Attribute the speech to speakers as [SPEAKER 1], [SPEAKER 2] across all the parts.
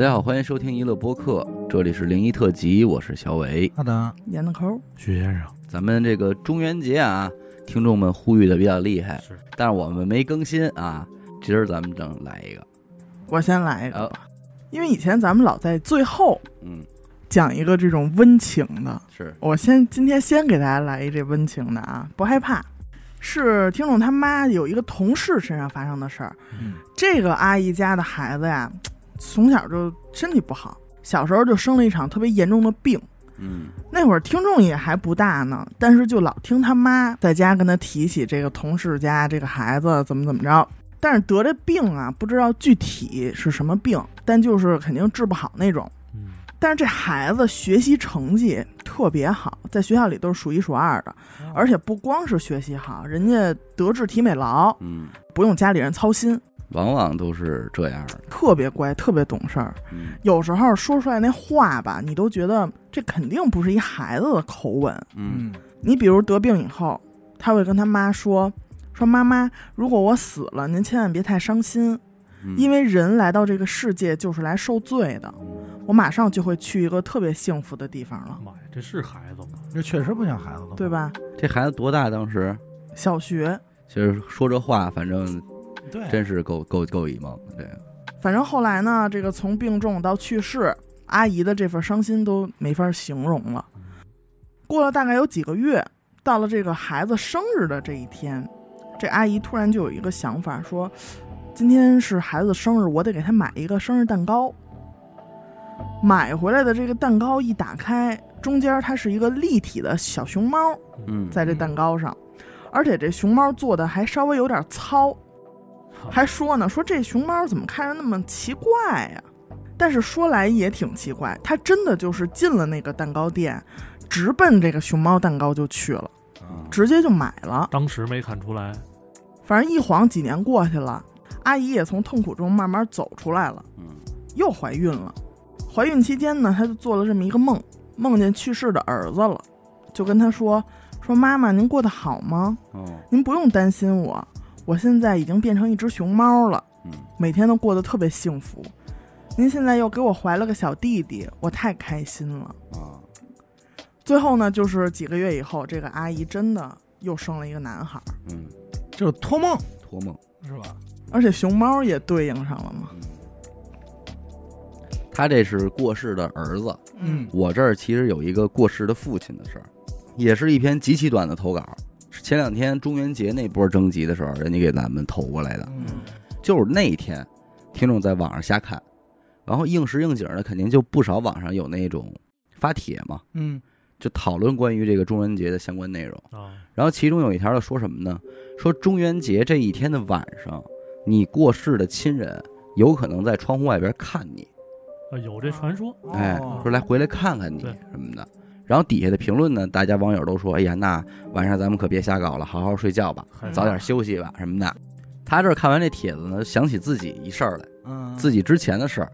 [SPEAKER 1] 家好，欢迎收听娱乐播客，这里是零一特辑，我是小伟。
[SPEAKER 2] 好的，
[SPEAKER 3] 严的抠，
[SPEAKER 2] 徐先生，
[SPEAKER 1] 咱们这个中元节啊，听众们呼吁的比较厉害，
[SPEAKER 2] 是
[SPEAKER 1] 但是我们没更新啊。今儿咱们正来一个，
[SPEAKER 3] 我先来一个
[SPEAKER 1] 呃，
[SPEAKER 3] 吧，因为以前咱们老在最后
[SPEAKER 1] 嗯，
[SPEAKER 3] 讲一个这种温情的，
[SPEAKER 1] 是，
[SPEAKER 3] 我先今天先给大家来一这温情的啊，不害怕。是听众他妈有一个同事身上发生的事儿，
[SPEAKER 2] 嗯
[SPEAKER 3] 这个阿姨家的孩子呀，从小就身体不好，小时候就生了一场特别严重的病。
[SPEAKER 1] 嗯
[SPEAKER 3] 那会儿听众也还不大呢，但是就老听他妈在家跟他提起这个同事家这个孩子怎么怎么着，但是得这病啊，不知道具体是什么病，但就是肯定治不好那种。
[SPEAKER 2] 嗯，
[SPEAKER 3] 但是这孩子学习成绩特别好，在学校里都是数一数二的，
[SPEAKER 2] 嗯
[SPEAKER 3] 而且不光是学习好，人家德智体美劳，
[SPEAKER 1] 嗯，
[SPEAKER 3] 不用家里人操心，
[SPEAKER 1] 往往都是这样的，
[SPEAKER 3] 特别乖，特别懂事儿。
[SPEAKER 1] 嗯
[SPEAKER 3] 有时候说出来那话吧，你都觉得这肯定不是一孩子的口吻。
[SPEAKER 1] 嗯
[SPEAKER 2] 嗯
[SPEAKER 3] 你比如得病以后，他会跟他妈说：“说妈妈，如果我死了，您千万别太伤心，
[SPEAKER 1] 嗯，
[SPEAKER 3] 因为人来到这个世界就是来受罪的。我马上就会去一个特别幸福的地方了，
[SPEAKER 4] 妈呀，这是孩子吗？
[SPEAKER 2] 这确实不像孩子了，
[SPEAKER 3] 对？吧？
[SPEAKER 1] 这孩子多大？当时
[SPEAKER 3] 小学，
[SPEAKER 1] 其实说这话，反正
[SPEAKER 2] 对，
[SPEAKER 1] 真是够够够一梦的。这个，
[SPEAKER 3] 反正后来呢，这个从病重到去世，阿姨的这份伤心都没法形容了。过了大概有几个月，到了这个孩子生日的这一天，这阿姨突然就有一个想法，说：“今天是孩子生日，我得给他买一个生日蛋糕。”买回来的这个蛋糕一打开，中间它是一个立体的小熊猫，
[SPEAKER 1] 嗯，
[SPEAKER 3] 在这蛋糕上，而且这熊猫做的还稍微有点糙，还说呢，说这熊猫怎么看着那么奇怪呀、但是说来也挺奇怪，他真的就是进了那个蛋糕店，直奔这个熊猫蛋糕就去了，
[SPEAKER 1] 嗯
[SPEAKER 3] 直接就买了。
[SPEAKER 4] 当时没看出来，
[SPEAKER 3] 反正一晃几年过去了，阿姨也从痛苦中慢慢走出来了。
[SPEAKER 1] 嗯
[SPEAKER 3] 又怀孕了。怀孕期间呢，她就做了这么一个梦，梦见去世的儿子了，就跟他说：“说妈妈，您过得好吗？
[SPEAKER 1] 哦
[SPEAKER 3] 您不用担心我，我现在已经变成一只熊猫了，
[SPEAKER 1] 嗯
[SPEAKER 3] 每天都过得特别幸福。您现在又给我怀了个小弟弟，我太开心了。
[SPEAKER 1] 啊”
[SPEAKER 3] 最后呢，就是几个月以后，这个阿姨真的又生了一个男孩儿，
[SPEAKER 1] 嗯，
[SPEAKER 2] 就是托梦
[SPEAKER 1] 托梦。
[SPEAKER 2] 是吧？
[SPEAKER 3] 而且熊猫也对应上了嘛。
[SPEAKER 1] 嗯，他这是过世的儿子，
[SPEAKER 2] 嗯
[SPEAKER 1] 我这儿其实有一个过世的父亲的事儿，也是一篇极其短的投稿，是前两天中元节那波征集的时候，人家给咱们投过来的，
[SPEAKER 2] 嗯
[SPEAKER 1] 就是那一天，听众在网上瞎看，然后应时应景的，肯定就不少网上有那种发帖嘛，
[SPEAKER 2] 嗯
[SPEAKER 1] 就讨论关于这个中元节的相关内容。
[SPEAKER 4] 啊，
[SPEAKER 1] 然后其中有一条就说什么呢？说中元节这一天的晚上，你过世的亲人有可能在窗户外边看你，
[SPEAKER 4] 呃有这传说，
[SPEAKER 1] 哎
[SPEAKER 2] 哦，
[SPEAKER 1] 说来回来看看你
[SPEAKER 4] 对
[SPEAKER 1] 什么的。然后底下的评论呢，大家网友都说：“哎呀，那晚上咱们可别瞎搞了，好好睡觉吧，
[SPEAKER 4] 还
[SPEAKER 2] 嗯
[SPEAKER 1] 早点休息吧什么的。”他这儿看完这帖子呢，想起自己一事儿来，
[SPEAKER 2] 嗯
[SPEAKER 1] 自己之前的事儿，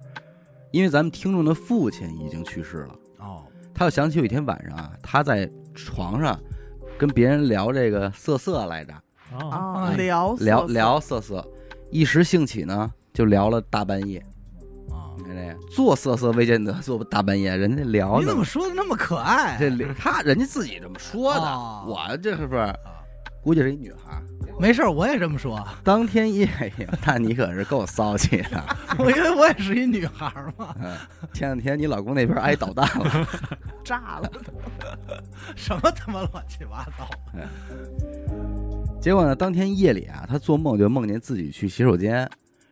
[SPEAKER 1] 因为咱们听众的父亲已经去世了，
[SPEAKER 2] 哦，
[SPEAKER 1] 他又想起有一天晚上啊，他在床上跟别人聊这个色色来着，
[SPEAKER 4] 啊，
[SPEAKER 3] 啊，
[SPEAKER 2] 哎
[SPEAKER 3] 聊色
[SPEAKER 1] 聊
[SPEAKER 3] 色
[SPEAKER 1] 聊色色，一时兴起呢，就聊了大半夜。
[SPEAKER 2] 啊
[SPEAKER 1] 你看这做色色未见得做大半夜，人家聊
[SPEAKER 2] 你
[SPEAKER 1] 呢
[SPEAKER 2] 怎。么说的那么可爱？啊
[SPEAKER 1] 这里他人家自己这么说的，
[SPEAKER 2] 哦
[SPEAKER 1] 我这是不是估计是一女孩儿？
[SPEAKER 2] 没事儿，我也这么说，啊
[SPEAKER 1] 当天夜里，那你可是够骚气的。
[SPEAKER 2] 我因为我也是一女孩儿嘛，
[SPEAKER 1] 嗯，前两天你老公那边挨导弹了，
[SPEAKER 3] 炸了，
[SPEAKER 2] 什么他妈乱七八糟，
[SPEAKER 1] 结果呢，当天夜里啊，他做梦就梦见自己去洗手间，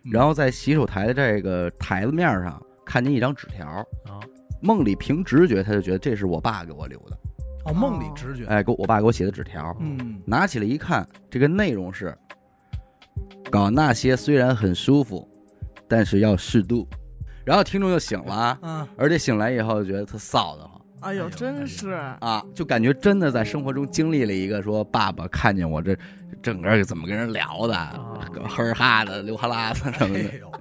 [SPEAKER 2] 嗯
[SPEAKER 1] 然后在洗手台的这个台子面上看见一张纸条，
[SPEAKER 4] 啊，
[SPEAKER 1] 梦里凭直觉他就觉得这是我爸给我留的，
[SPEAKER 2] 哦，梦里直觉，
[SPEAKER 1] 哎，给我我爸给我写的纸条，
[SPEAKER 2] 嗯
[SPEAKER 1] 拿起来一看，这个内容是：搞那些虽然很舒服，但是要适度。然后听众就醒了啊，
[SPEAKER 2] 啊，
[SPEAKER 1] 而且醒来以后就觉得特臊得慌
[SPEAKER 3] 哎
[SPEAKER 2] 哎
[SPEAKER 3] 呦，
[SPEAKER 2] 呦
[SPEAKER 3] 真是。
[SPEAKER 1] 啊，就感觉真的在生活中经历了一个说爸爸看见我这整个怎么跟人聊的，呵儿哈的流哈喇子什么
[SPEAKER 2] 哎
[SPEAKER 1] 的。
[SPEAKER 2] 呦，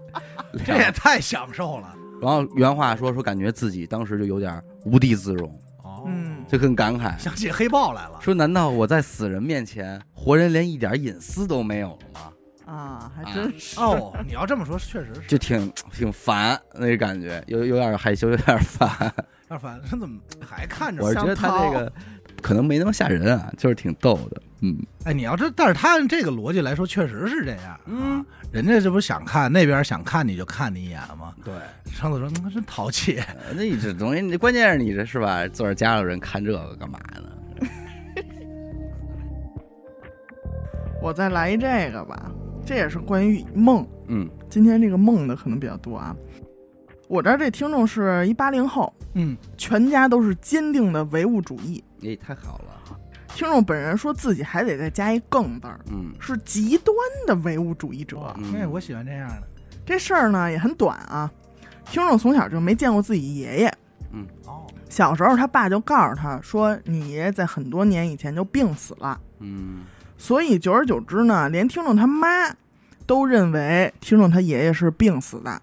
[SPEAKER 2] 这也太享受了，
[SPEAKER 1] 然后原话说说，感觉自己当时就有点无地自容，
[SPEAKER 2] 哦，
[SPEAKER 3] 嗯
[SPEAKER 1] 就很感慨，
[SPEAKER 2] 想起黑豹来了，
[SPEAKER 1] 说难道我在死人面前，活人连一点隐私都没有了吗？
[SPEAKER 3] 啊，还真是。
[SPEAKER 2] 哦，你要这么说，确实是。
[SPEAKER 1] 就挺挺烦那个感觉，有有点害羞，有点烦。
[SPEAKER 2] 但反正怎么还看着
[SPEAKER 1] 我是觉得他这个可能没那么吓人啊，就是挺逗的。嗯，
[SPEAKER 2] 哎，你要这，但是他按这个逻辑来说，确实是这样。
[SPEAKER 1] 嗯
[SPEAKER 2] 啊，人家这不想看那边想看你就看你一眼吗？
[SPEAKER 1] 对，
[SPEAKER 2] 上次说嗯真淘气，
[SPEAKER 1] 呃那你这东西，你关键是你这是吧，自个儿家里人看这个干嘛呢？
[SPEAKER 3] 我再来一这个吧，这也是关于梦。
[SPEAKER 1] 嗯
[SPEAKER 3] 今天这个梦的可能比较多啊。我这儿这听众是一八零后，
[SPEAKER 2] 嗯，
[SPEAKER 3] 全家都是坚定的唯物主义。
[SPEAKER 1] 哎，太好了，
[SPEAKER 3] 听众本人说自己还得再加一“更”字儿，
[SPEAKER 1] 嗯
[SPEAKER 3] 是极端的唯物主义者
[SPEAKER 2] 哇。
[SPEAKER 1] 嗯，
[SPEAKER 2] 哎，我喜欢这样的。
[SPEAKER 3] 这事儿呢也很短啊。听众从小就没见过自己爷爷，
[SPEAKER 2] 哦，
[SPEAKER 3] 小时候他爸就告诉他说，你爷爷在很多年以前就病死了，
[SPEAKER 1] 嗯，
[SPEAKER 3] 所以久而久之呢，连听众他妈都认为听众他爷爷是病死的，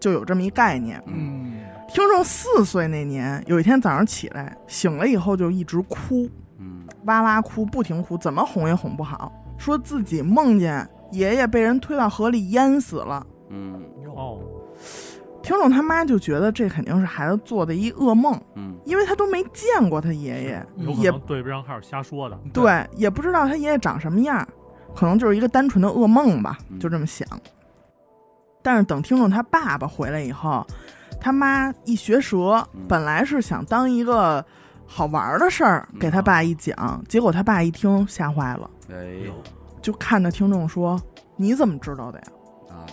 [SPEAKER 3] 就有这么一概念。
[SPEAKER 2] 嗯，
[SPEAKER 3] 听众四岁那年，有一天早上起来醒了以后就一直哭，
[SPEAKER 1] 嗯
[SPEAKER 3] 哇哇哭，不停哭，怎么哄也哄不好，说自己梦见爷爷被人推到河里淹死了。
[SPEAKER 1] 嗯
[SPEAKER 4] 哦，
[SPEAKER 3] 听众他妈就觉得这肯定是孩子做的一噩梦，
[SPEAKER 1] 嗯
[SPEAKER 3] 因为他都没见过他爷爷，
[SPEAKER 4] 有可
[SPEAKER 3] 也
[SPEAKER 4] 能对不上号瞎说的。
[SPEAKER 2] 对
[SPEAKER 3] 对，也不知道他爷爷长什么样，可能就是一个单纯的噩梦吧，
[SPEAKER 1] 嗯
[SPEAKER 3] 就这么想。但是等听众他爸爸回来以后，他妈一学舌
[SPEAKER 1] 嗯，
[SPEAKER 3] 本来是想当一个好玩儿的事儿
[SPEAKER 1] 嗯
[SPEAKER 3] 给他爸一讲，结果他爸一听吓坏了，
[SPEAKER 1] 哎
[SPEAKER 4] 有
[SPEAKER 3] 就看着听众说：“你怎么知道的呀
[SPEAKER 1] 啊，？”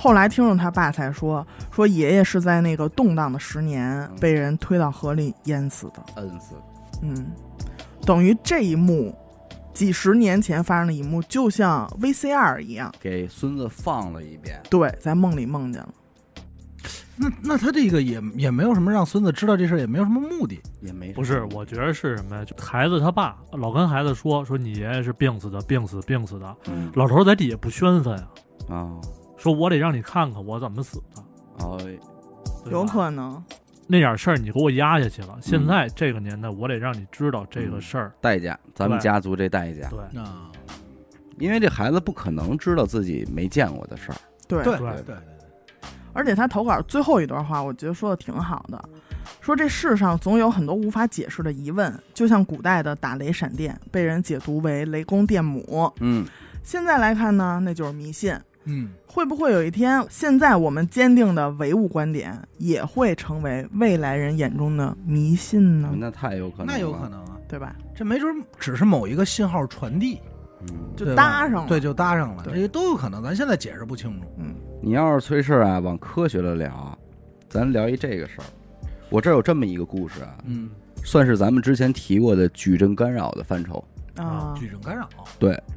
[SPEAKER 3] 后来听众他爸才说，说爷爷是在那个动荡的十年被人推到河里淹死的。
[SPEAKER 1] 摁死，
[SPEAKER 3] 嗯，等于这一幕，几十年前发生的一幕，就像 VCR 一样，
[SPEAKER 1] 给孙子放了一遍，
[SPEAKER 3] 对，在梦里梦见了。
[SPEAKER 2] 那那他这个也也没有什么让孙子知道这事儿，也没有什么目的。
[SPEAKER 1] 也没
[SPEAKER 4] 不是，我觉得是什么呀？就孩子他爸老跟孩子说说你爷爷是病死的，病死，病死的。
[SPEAKER 1] 嗯
[SPEAKER 4] 老头儿在底下不宣愤啊，
[SPEAKER 1] 啊，
[SPEAKER 4] 说我得让你看看我怎么死的。
[SPEAKER 1] 哦，
[SPEAKER 4] 对吧
[SPEAKER 3] 有可能，
[SPEAKER 4] 那点事儿你给我压下去了，现在这个年代我得让你知道这个事儿。
[SPEAKER 1] 代价，咱们
[SPEAKER 4] 对
[SPEAKER 1] 家族这代价，
[SPEAKER 4] 对，
[SPEAKER 2] 啊，
[SPEAKER 1] 因为这孩子不可能知道自己没见过的事儿，
[SPEAKER 3] 对，
[SPEAKER 2] 对
[SPEAKER 4] 对
[SPEAKER 2] 对，
[SPEAKER 3] 而且他投稿最后一段话，我觉得说的挺好的，说这世上总有很多无法解释的疑问，就像古代的打雷闪电被人解读为雷公电母，
[SPEAKER 1] 嗯
[SPEAKER 3] 现在来看呢，那就是迷信。
[SPEAKER 2] 嗯，
[SPEAKER 3] 会不会有一天，现在我们坚定的唯物观点也会成为未来人眼中的迷信呢？
[SPEAKER 1] 嗯那太有可能，
[SPEAKER 2] 那有可，能啊，
[SPEAKER 3] 对吧？
[SPEAKER 2] 这没准儿只是某一个信号传递，
[SPEAKER 1] 嗯，
[SPEAKER 3] 就
[SPEAKER 2] 对吧
[SPEAKER 3] 搭上了。
[SPEAKER 2] 对，就搭上了，
[SPEAKER 3] 对
[SPEAKER 2] 这都有可能，咱现在解释不清楚。
[SPEAKER 3] 嗯，
[SPEAKER 1] 你要是崔事儿啊，往科学了聊啊，咱聊一这个事儿。我这儿有这么一个故事啊，
[SPEAKER 2] 嗯，
[SPEAKER 1] 算是咱们之前提过的矩阵干扰的范畴。
[SPEAKER 3] 啊，
[SPEAKER 2] 矩阵干扰，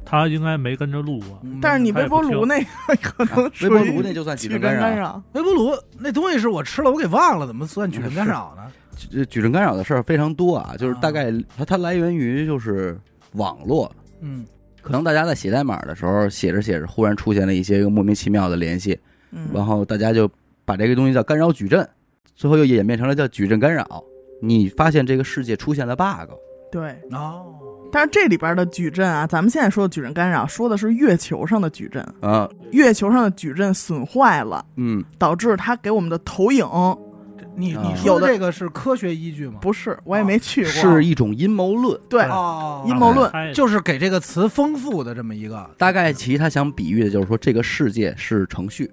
[SPEAKER 4] 他应该没跟着啊录过，
[SPEAKER 2] 嗯
[SPEAKER 3] 但是你微波炉那个可能
[SPEAKER 1] 微
[SPEAKER 3] 属
[SPEAKER 1] 波
[SPEAKER 3] 于
[SPEAKER 1] 炉那就算矩
[SPEAKER 3] 矩
[SPEAKER 1] 阵
[SPEAKER 3] 阵
[SPEAKER 1] 干
[SPEAKER 3] 干
[SPEAKER 1] 扰。
[SPEAKER 3] 扰。
[SPEAKER 2] 微波炉那东西是我吃了，我给忘了，怎么算矩阵干扰呢？
[SPEAKER 1] 矩这矩阵干扰的事儿非常多啊，就是大概它它来源于就是网络，
[SPEAKER 2] 嗯
[SPEAKER 1] 可能大家在写代码的时候写着写着，忽然出现了一些个莫名其妙的联系，然
[SPEAKER 3] 嗯，
[SPEAKER 1] 后大家就把这个东西叫干扰矩阵，最后又演变成了叫矩阵干扰。你发现这个世界出现了 bug，
[SPEAKER 3] 对。
[SPEAKER 2] 哦，
[SPEAKER 3] 但是这里边的矩阵啊，咱们现在说的矩阵干扰，说的是月球上的矩阵，
[SPEAKER 1] 啊，
[SPEAKER 3] 月球上的矩阵损坏了，
[SPEAKER 1] 嗯，
[SPEAKER 3] 导致它给我们的投影
[SPEAKER 2] 这你
[SPEAKER 1] 啊
[SPEAKER 2] 你
[SPEAKER 3] 有
[SPEAKER 2] 说
[SPEAKER 3] 的
[SPEAKER 2] 这个是科学依据吗？
[SPEAKER 3] 不是，我也没去过。
[SPEAKER 1] 是一种阴谋论。
[SPEAKER 3] 对，
[SPEAKER 2] 哦，
[SPEAKER 3] 阴谋论
[SPEAKER 4] 开的
[SPEAKER 2] 就是给这个词丰富的这么一个，
[SPEAKER 1] 大概其实他想比喻的就是说，这个世界是程序，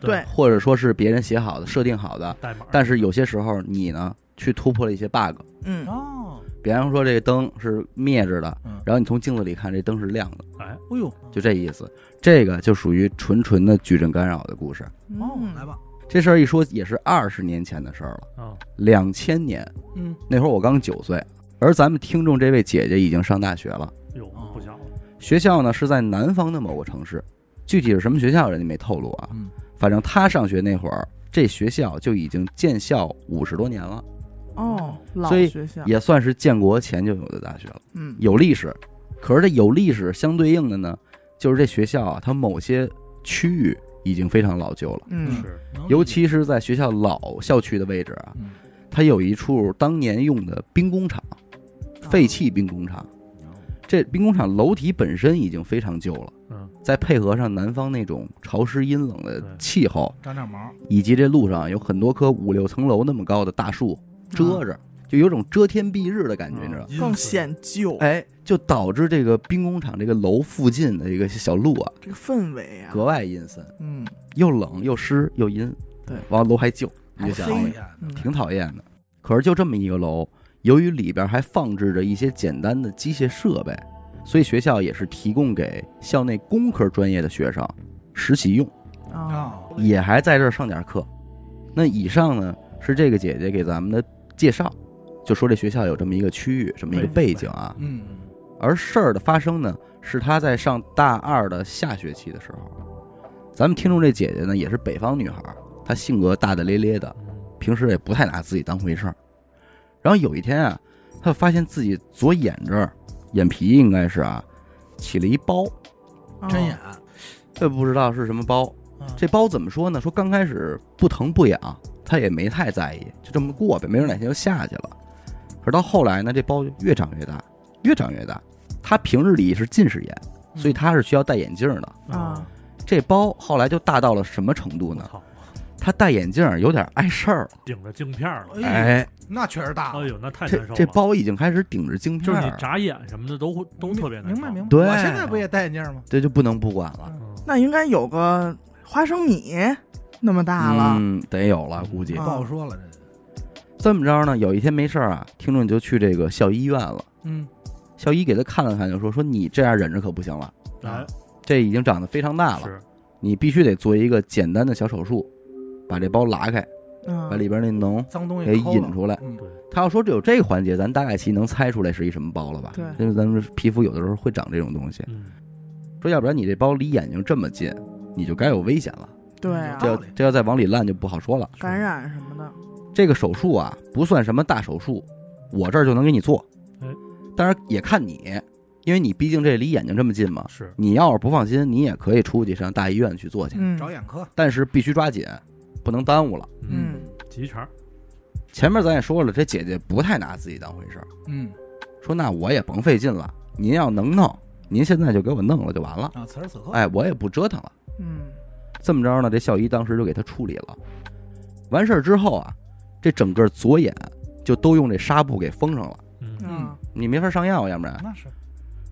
[SPEAKER 3] 对
[SPEAKER 1] 或者说是别人写好的、设定好的，
[SPEAKER 4] 代码，
[SPEAKER 1] 但是有些时候你呢去突破了一些 bug。
[SPEAKER 3] 嗯，
[SPEAKER 2] 哦，
[SPEAKER 1] 比方说这灯是灭着的
[SPEAKER 2] 嗯，
[SPEAKER 1] 然后你从镜子里看这灯是亮的，
[SPEAKER 4] 哎，
[SPEAKER 2] 哎呦，
[SPEAKER 1] 就这意思。这个就属于纯纯的矩阵干扰的故事。
[SPEAKER 2] 哦，
[SPEAKER 3] 嗯
[SPEAKER 2] 来吧，
[SPEAKER 1] 这事儿一说也是二十年前的事儿了，
[SPEAKER 4] 啊，
[SPEAKER 1] 两千年
[SPEAKER 2] 嗯，
[SPEAKER 1] 那会儿我刚九岁，而咱们听众这位姐姐已经上大学了。
[SPEAKER 4] 有
[SPEAKER 2] 哦
[SPEAKER 4] 不小了，
[SPEAKER 1] 学校呢是在南方的某个城市，具体是什么学校人家没透露啊。
[SPEAKER 2] 嗯
[SPEAKER 1] 反正他上学那会儿，这学校就已经建校五十多年了，
[SPEAKER 3] 哦，老
[SPEAKER 1] 所以
[SPEAKER 3] 学校，
[SPEAKER 1] 也算是建国前就有的大学了，
[SPEAKER 3] 嗯，
[SPEAKER 1] 有历史。可是这有历史相对应的呢，就是这学校啊，它某些区域已经非常老旧了，
[SPEAKER 3] 嗯，
[SPEAKER 4] 是
[SPEAKER 2] 能理解
[SPEAKER 1] 尤其是在学校老校区的位置啊，
[SPEAKER 2] 嗯
[SPEAKER 1] 它有一处当年用的兵工厂，
[SPEAKER 4] 哦
[SPEAKER 1] 废弃兵工厂。这兵工厂楼体本身已经非常旧了。
[SPEAKER 4] 嗯，
[SPEAKER 1] 再配合上南方那种潮湿阴冷的
[SPEAKER 4] 对
[SPEAKER 1] 气候，
[SPEAKER 2] 长长毛，
[SPEAKER 1] 以及这路上有很多棵五六层楼那么高的大树
[SPEAKER 3] 嗯
[SPEAKER 1] 遮着，就有种遮天蔽日的感觉，你知道吗？
[SPEAKER 4] 嗯
[SPEAKER 3] 更显旧，
[SPEAKER 1] 哎，就导致这个兵工厂这个楼附近的一个小路啊，
[SPEAKER 3] 这个氛围啊，
[SPEAKER 1] 格外阴森，
[SPEAKER 3] 嗯，
[SPEAKER 1] 又冷又湿又阴。
[SPEAKER 3] 对
[SPEAKER 1] 完了楼还旧，你就
[SPEAKER 3] 还
[SPEAKER 1] 想
[SPEAKER 2] 讨
[SPEAKER 3] 黑
[SPEAKER 1] 哎
[SPEAKER 2] 厌的。
[SPEAKER 3] 嗯
[SPEAKER 1] 挺讨厌的。可是就这么一个楼，由于里边还放置着一些简单的机械设备，所以学校也是提供给校内工科专业的学生实习用，
[SPEAKER 3] 啊，
[SPEAKER 2] 啊，
[SPEAKER 1] 也还在这儿上点课。那以上呢是这个姐姐给咱们的介绍，就说这学校有这么一个区域，这么一个背景啊。
[SPEAKER 2] 嗯，
[SPEAKER 1] 而事儿的发生呢，是她在上大二的下学期的时候。咱们听众这姐姐呢，也是北方女孩儿，她性格大大咧咧的，
[SPEAKER 4] 嗯
[SPEAKER 1] 平时也不太拿自己当回事儿。然后有一天啊，他就发现自己左眼这儿眼皮应该是啊起了一包，
[SPEAKER 3] 啊
[SPEAKER 2] 针眼，
[SPEAKER 1] 这不知道是什么包。
[SPEAKER 2] 嗯
[SPEAKER 1] 这包怎么说呢？说刚开始不疼不痒，他也没太在意，就这么过呗，没准哪天就下去了。可是到后来呢，这包就越长越大，越长越大。他平日里是近视眼，所以他是需要戴眼镜的。
[SPEAKER 3] 啊，
[SPEAKER 1] 这包后来就大到了什么程度
[SPEAKER 4] 我
[SPEAKER 1] 呢？
[SPEAKER 4] 操，
[SPEAKER 1] 他戴眼镜有点碍事儿了。
[SPEAKER 4] 顶着镜片儿了，
[SPEAKER 2] 哎，
[SPEAKER 1] 哎，
[SPEAKER 2] 那确实大
[SPEAKER 4] 哎。呦，那太难
[SPEAKER 1] 这
[SPEAKER 4] 受了。
[SPEAKER 1] 这包已经开始顶着镜片
[SPEAKER 4] 就是
[SPEAKER 1] 儿
[SPEAKER 4] 你
[SPEAKER 1] 了。
[SPEAKER 4] 眨眼什么的都会都特别难受。
[SPEAKER 2] 明白明白，
[SPEAKER 1] 对
[SPEAKER 2] 我现在不也戴眼镜吗？
[SPEAKER 1] 这就不能不管了。
[SPEAKER 4] 嗯
[SPEAKER 3] 那应该有个花生米那么大了，
[SPEAKER 1] 嗯，得有了，估计
[SPEAKER 2] 不。好说了，这
[SPEAKER 1] 这么着呢，有一天没事儿啊，听众就去这个校医院了。
[SPEAKER 2] 嗯
[SPEAKER 1] 校医给他看了看，就说说你这样忍着可不行了，
[SPEAKER 4] 哎，
[SPEAKER 1] 这已经长得非常大啊了，
[SPEAKER 4] 是
[SPEAKER 1] 你必须得做一个简单的小手术，把这包拉开，
[SPEAKER 3] 嗯
[SPEAKER 1] 把里边那脓
[SPEAKER 2] 脏东
[SPEAKER 1] 给
[SPEAKER 2] 西抠了
[SPEAKER 1] 引出来。
[SPEAKER 2] 嗯，
[SPEAKER 1] 他要说只有这个环节，咱大概其能猜出来是一什么包了吧？
[SPEAKER 3] 对
[SPEAKER 1] 因为咱们皮肤有的时候会长这种东西。
[SPEAKER 4] 嗯，
[SPEAKER 1] 说要不然你这包离眼睛这么近，你就该有危险了。
[SPEAKER 3] 对
[SPEAKER 1] 嗯这
[SPEAKER 3] 啊，
[SPEAKER 1] 要这要再往里烂就不好说了。
[SPEAKER 3] 感染什么的，
[SPEAKER 1] 这个手术啊不算什么大手术，我这儿就能给你做
[SPEAKER 4] 哎。
[SPEAKER 1] 当然也看你，因为你毕竟这离眼睛这么近嘛。
[SPEAKER 4] 是
[SPEAKER 1] 你要是不放心，你也可以出去上大医院去做去，
[SPEAKER 3] 嗯
[SPEAKER 2] 找眼科，
[SPEAKER 1] 但是必须抓紧，不能耽误了。
[SPEAKER 3] 嗯，
[SPEAKER 4] 急茬儿，
[SPEAKER 1] 前面咱也说了，这姐姐不太拿自己当回事儿，
[SPEAKER 2] 嗯
[SPEAKER 1] 说那我也甭费劲了，您要能弄，您现在就给我弄了就完了，
[SPEAKER 2] 啊，此时此刻，
[SPEAKER 1] 哎，我也不折腾了。
[SPEAKER 3] 嗯
[SPEAKER 1] 这么着呢，这校医当时就给他处理了。完事儿之后啊，这整个左眼就都用这纱布给封上了。
[SPEAKER 4] 嗯，
[SPEAKER 3] 啊，
[SPEAKER 1] 你没法上药，要不然
[SPEAKER 2] 那是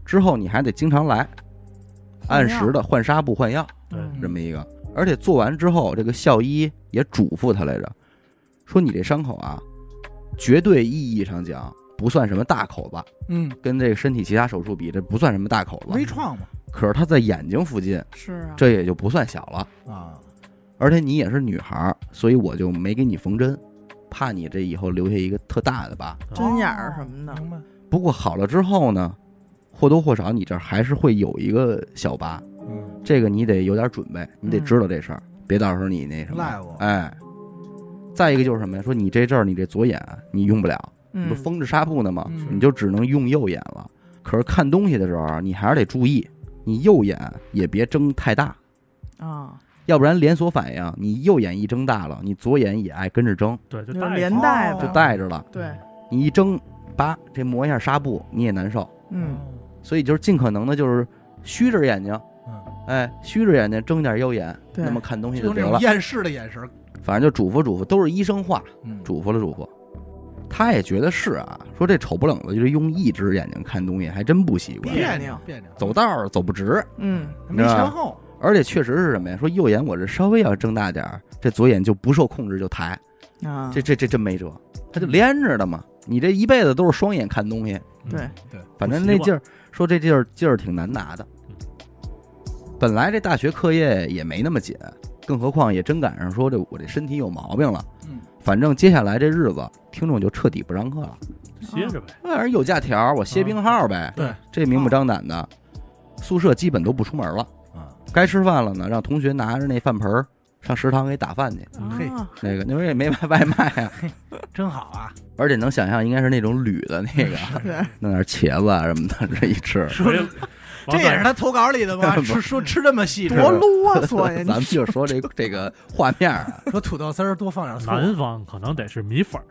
[SPEAKER 1] 之后你还得经常来，按时的换纱布、换药
[SPEAKER 4] 对，
[SPEAKER 3] 嗯
[SPEAKER 1] 这么一个。而且做完之后，这个校医也嘱咐他来着，说你这伤口啊，绝对意义上讲不算什么大口子，
[SPEAKER 2] 嗯，
[SPEAKER 1] 跟这个身体其他手术比，这不算什么大口子
[SPEAKER 2] 微。创嘛
[SPEAKER 1] 可是他在眼睛附近，
[SPEAKER 3] 是啊，
[SPEAKER 1] 这也就不算小了。
[SPEAKER 2] 啊，
[SPEAKER 1] 而且你也是女孩儿，所以我就没给你缝针，怕你这以后留下一个特大的疤。
[SPEAKER 3] 针眼儿什么的，
[SPEAKER 2] 哦明白？
[SPEAKER 1] 不过好了之后呢，或多或少你这儿还是会有一个小疤。
[SPEAKER 2] 嗯，
[SPEAKER 1] 这个你得有点准备，你得
[SPEAKER 3] 嗯
[SPEAKER 1] 知道这事儿，别到时候你那什么
[SPEAKER 2] 嗯 赖我
[SPEAKER 1] 哎，再一个就是什么呀？说你这阵儿你这左眼啊你用不了，你
[SPEAKER 3] 嗯
[SPEAKER 1] 不，封着纱布呢吗？
[SPEAKER 2] 嗯
[SPEAKER 1] 你就只能用右眼了。可是看东西的时候啊，你还是得注意，你右眼也别睁太大，
[SPEAKER 3] 啊，
[SPEAKER 1] 要不然连锁反应，你右眼一睁大了，你左眼也爱跟着睁，
[SPEAKER 4] 对，就
[SPEAKER 3] 就是
[SPEAKER 4] 带
[SPEAKER 3] 连
[SPEAKER 4] 上
[SPEAKER 3] 带
[SPEAKER 2] 哦
[SPEAKER 1] 就
[SPEAKER 3] 的，
[SPEAKER 1] 带着了。
[SPEAKER 3] 对，
[SPEAKER 1] 你一睁，叭，这磨一下纱布你也难受。啊
[SPEAKER 3] 嗯，
[SPEAKER 2] 哦
[SPEAKER 1] 所以就是尽可能的，就是虚着眼睛，
[SPEAKER 2] 嗯，
[SPEAKER 1] 哎，虚着眼睛睁点右眼，
[SPEAKER 3] 对
[SPEAKER 1] 那么看东西就
[SPEAKER 2] 就用
[SPEAKER 1] 得
[SPEAKER 2] 这种
[SPEAKER 1] 了。
[SPEAKER 2] 厌世的眼神儿，
[SPEAKER 1] 反正就嘱咐嘱咐，都是医生话，
[SPEAKER 2] 嗯，
[SPEAKER 1] 嘱咐了嘱咐。他也觉得是啊，说这丑不冷的，就是用一只眼睛看东西，还真不习惯，
[SPEAKER 2] 别扭别扭，
[SPEAKER 1] 走啊道儿走不直，
[SPEAKER 3] 嗯，
[SPEAKER 2] 没前后，
[SPEAKER 1] 而且确实是什么呀？说右眼我这稍微要睁大点儿，这左眼就不受控制就抬，
[SPEAKER 3] 啊，
[SPEAKER 1] 这这这真没辙，他就连着的嘛。你这一辈子都是双眼看东西，
[SPEAKER 4] 嗯
[SPEAKER 3] 对，
[SPEAKER 1] 反正那劲儿，说这劲儿劲儿挺难拿的
[SPEAKER 4] 嗯。
[SPEAKER 1] 本来这大学课业也没那么紧，更何况也真赶上说这我这身体有毛病了。
[SPEAKER 2] 嗯，
[SPEAKER 1] 反正接下来这日子，听众就彻底不上课了。
[SPEAKER 4] 歇着呗，
[SPEAKER 1] 反正有假条，我歇病号呗。
[SPEAKER 2] 对，
[SPEAKER 1] 这明目张胆的，宿舍基本都不出门了。
[SPEAKER 2] 啊，
[SPEAKER 1] 该吃饭了呢，让同学拿着那饭盆儿上食堂给打饭去。
[SPEAKER 2] 嗯嘿
[SPEAKER 3] 啊
[SPEAKER 1] 那个那时候也没外外卖啊，
[SPEAKER 2] 真好啊，
[SPEAKER 1] 而且能想象应该是那种铝的那个，
[SPEAKER 3] 对，
[SPEAKER 1] 弄点茄子啊什么的，这一 吃。
[SPEAKER 2] 说
[SPEAKER 4] 这
[SPEAKER 2] 这也是他投稿里的吗？
[SPEAKER 1] 不
[SPEAKER 2] 说说吃这么细致，
[SPEAKER 3] 多啰嗦呀，
[SPEAKER 1] 咱们
[SPEAKER 3] 你
[SPEAKER 1] 就说这这个画面儿啊，
[SPEAKER 2] 说土豆丝儿多放点醋，
[SPEAKER 4] 南方可能得是米粉儿，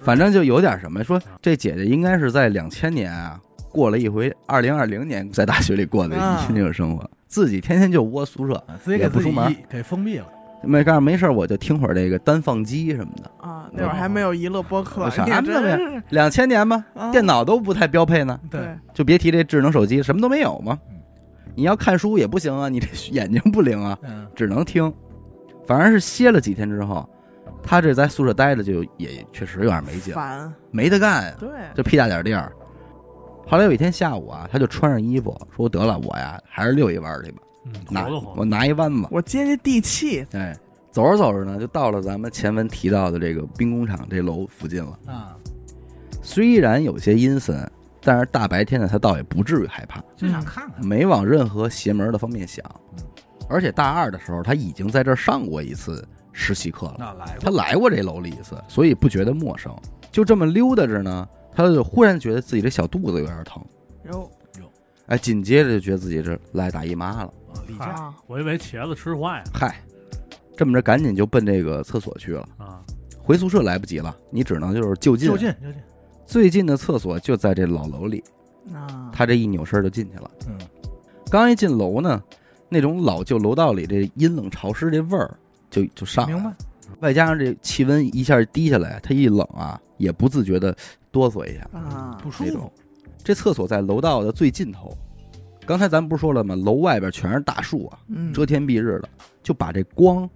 [SPEAKER 1] 反正就有点什么。说这姐姐应该是在两千年啊，过了一回二零二零年在大学里过的
[SPEAKER 3] 啊
[SPEAKER 1] 那种生活。自己天天就窝宿舍，
[SPEAKER 2] 啊自己给
[SPEAKER 1] 也不
[SPEAKER 2] 自
[SPEAKER 1] 出
[SPEAKER 2] 己
[SPEAKER 1] 门
[SPEAKER 2] 一给封闭了，
[SPEAKER 1] 没干没事儿我就听会儿这个单放机什么的。
[SPEAKER 3] 啊，那会儿还没有娱乐播客，
[SPEAKER 1] 我啥
[SPEAKER 3] 你真
[SPEAKER 1] 那边
[SPEAKER 3] 是
[SPEAKER 1] 两千年吧，
[SPEAKER 3] 啊
[SPEAKER 1] 电脑都不太标配呢，
[SPEAKER 2] 对，
[SPEAKER 3] 对
[SPEAKER 1] 就别提这智能手机，什么都没有嘛
[SPEAKER 2] 嗯。
[SPEAKER 1] 你要看书也不行啊，你这眼睛不灵啊，
[SPEAKER 2] 嗯，
[SPEAKER 1] 只能听。反而是歇了几天之后，他这在宿舍待着就也确实有点没劲，
[SPEAKER 3] 烦，
[SPEAKER 1] 没得干啊，
[SPEAKER 3] 对，
[SPEAKER 1] 就屁大点地儿。后来有一天下午啊，他就穿上衣服说：“得了，我呀还是遛一弯儿去吧，
[SPEAKER 4] 嗯，
[SPEAKER 1] 拿
[SPEAKER 4] 活得慌。
[SPEAKER 1] 我拿一弯子。
[SPEAKER 3] 我接接地气，”
[SPEAKER 1] 哎，走着走着呢，就到了咱们前文提到的这个兵工厂这楼附近了。
[SPEAKER 2] 啊，
[SPEAKER 1] 嗯虽然有些阴森，但是大白天的他倒也不至于害怕，
[SPEAKER 2] 就想看看，
[SPEAKER 1] 没往任何邪门的方面想
[SPEAKER 2] 嗯。
[SPEAKER 1] 而且大二的时候，他已经在这儿上过一次实习课了，
[SPEAKER 2] 那来吧
[SPEAKER 1] 他，来过这楼里一次，所以不觉得陌生。就这么溜达着呢，他就忽然觉得自己这小肚子有点疼，
[SPEAKER 3] 哟
[SPEAKER 1] 哎，紧接着就觉得自己这来大姨妈了，
[SPEAKER 2] 哦例假，
[SPEAKER 3] 啊，
[SPEAKER 4] 我以为茄子吃坏了
[SPEAKER 1] 嗨，这么着赶紧就奔这个厕所去了。
[SPEAKER 4] 啊，
[SPEAKER 1] 回宿舍来不及了，你只能就是就近
[SPEAKER 2] 就，近就近，
[SPEAKER 1] 最近的厕所就在这老楼里。
[SPEAKER 3] 啊，
[SPEAKER 1] 他这一扭身就进去了。
[SPEAKER 2] 嗯，
[SPEAKER 1] 刚一进楼呢，那种老旧楼道里这阴冷潮湿这味儿就就上来了
[SPEAKER 2] 明白，
[SPEAKER 1] 外加上这气温一下低下来，他一冷啊，也不自觉的哆嗦一下。
[SPEAKER 3] 啊
[SPEAKER 2] 不舒
[SPEAKER 1] 那
[SPEAKER 2] 服
[SPEAKER 1] 种，这厕所在楼道的最尽头。刚才咱不是说了吗？楼外边全是大树啊，
[SPEAKER 3] 嗯，
[SPEAKER 1] 遮天蔽日的，就把这光、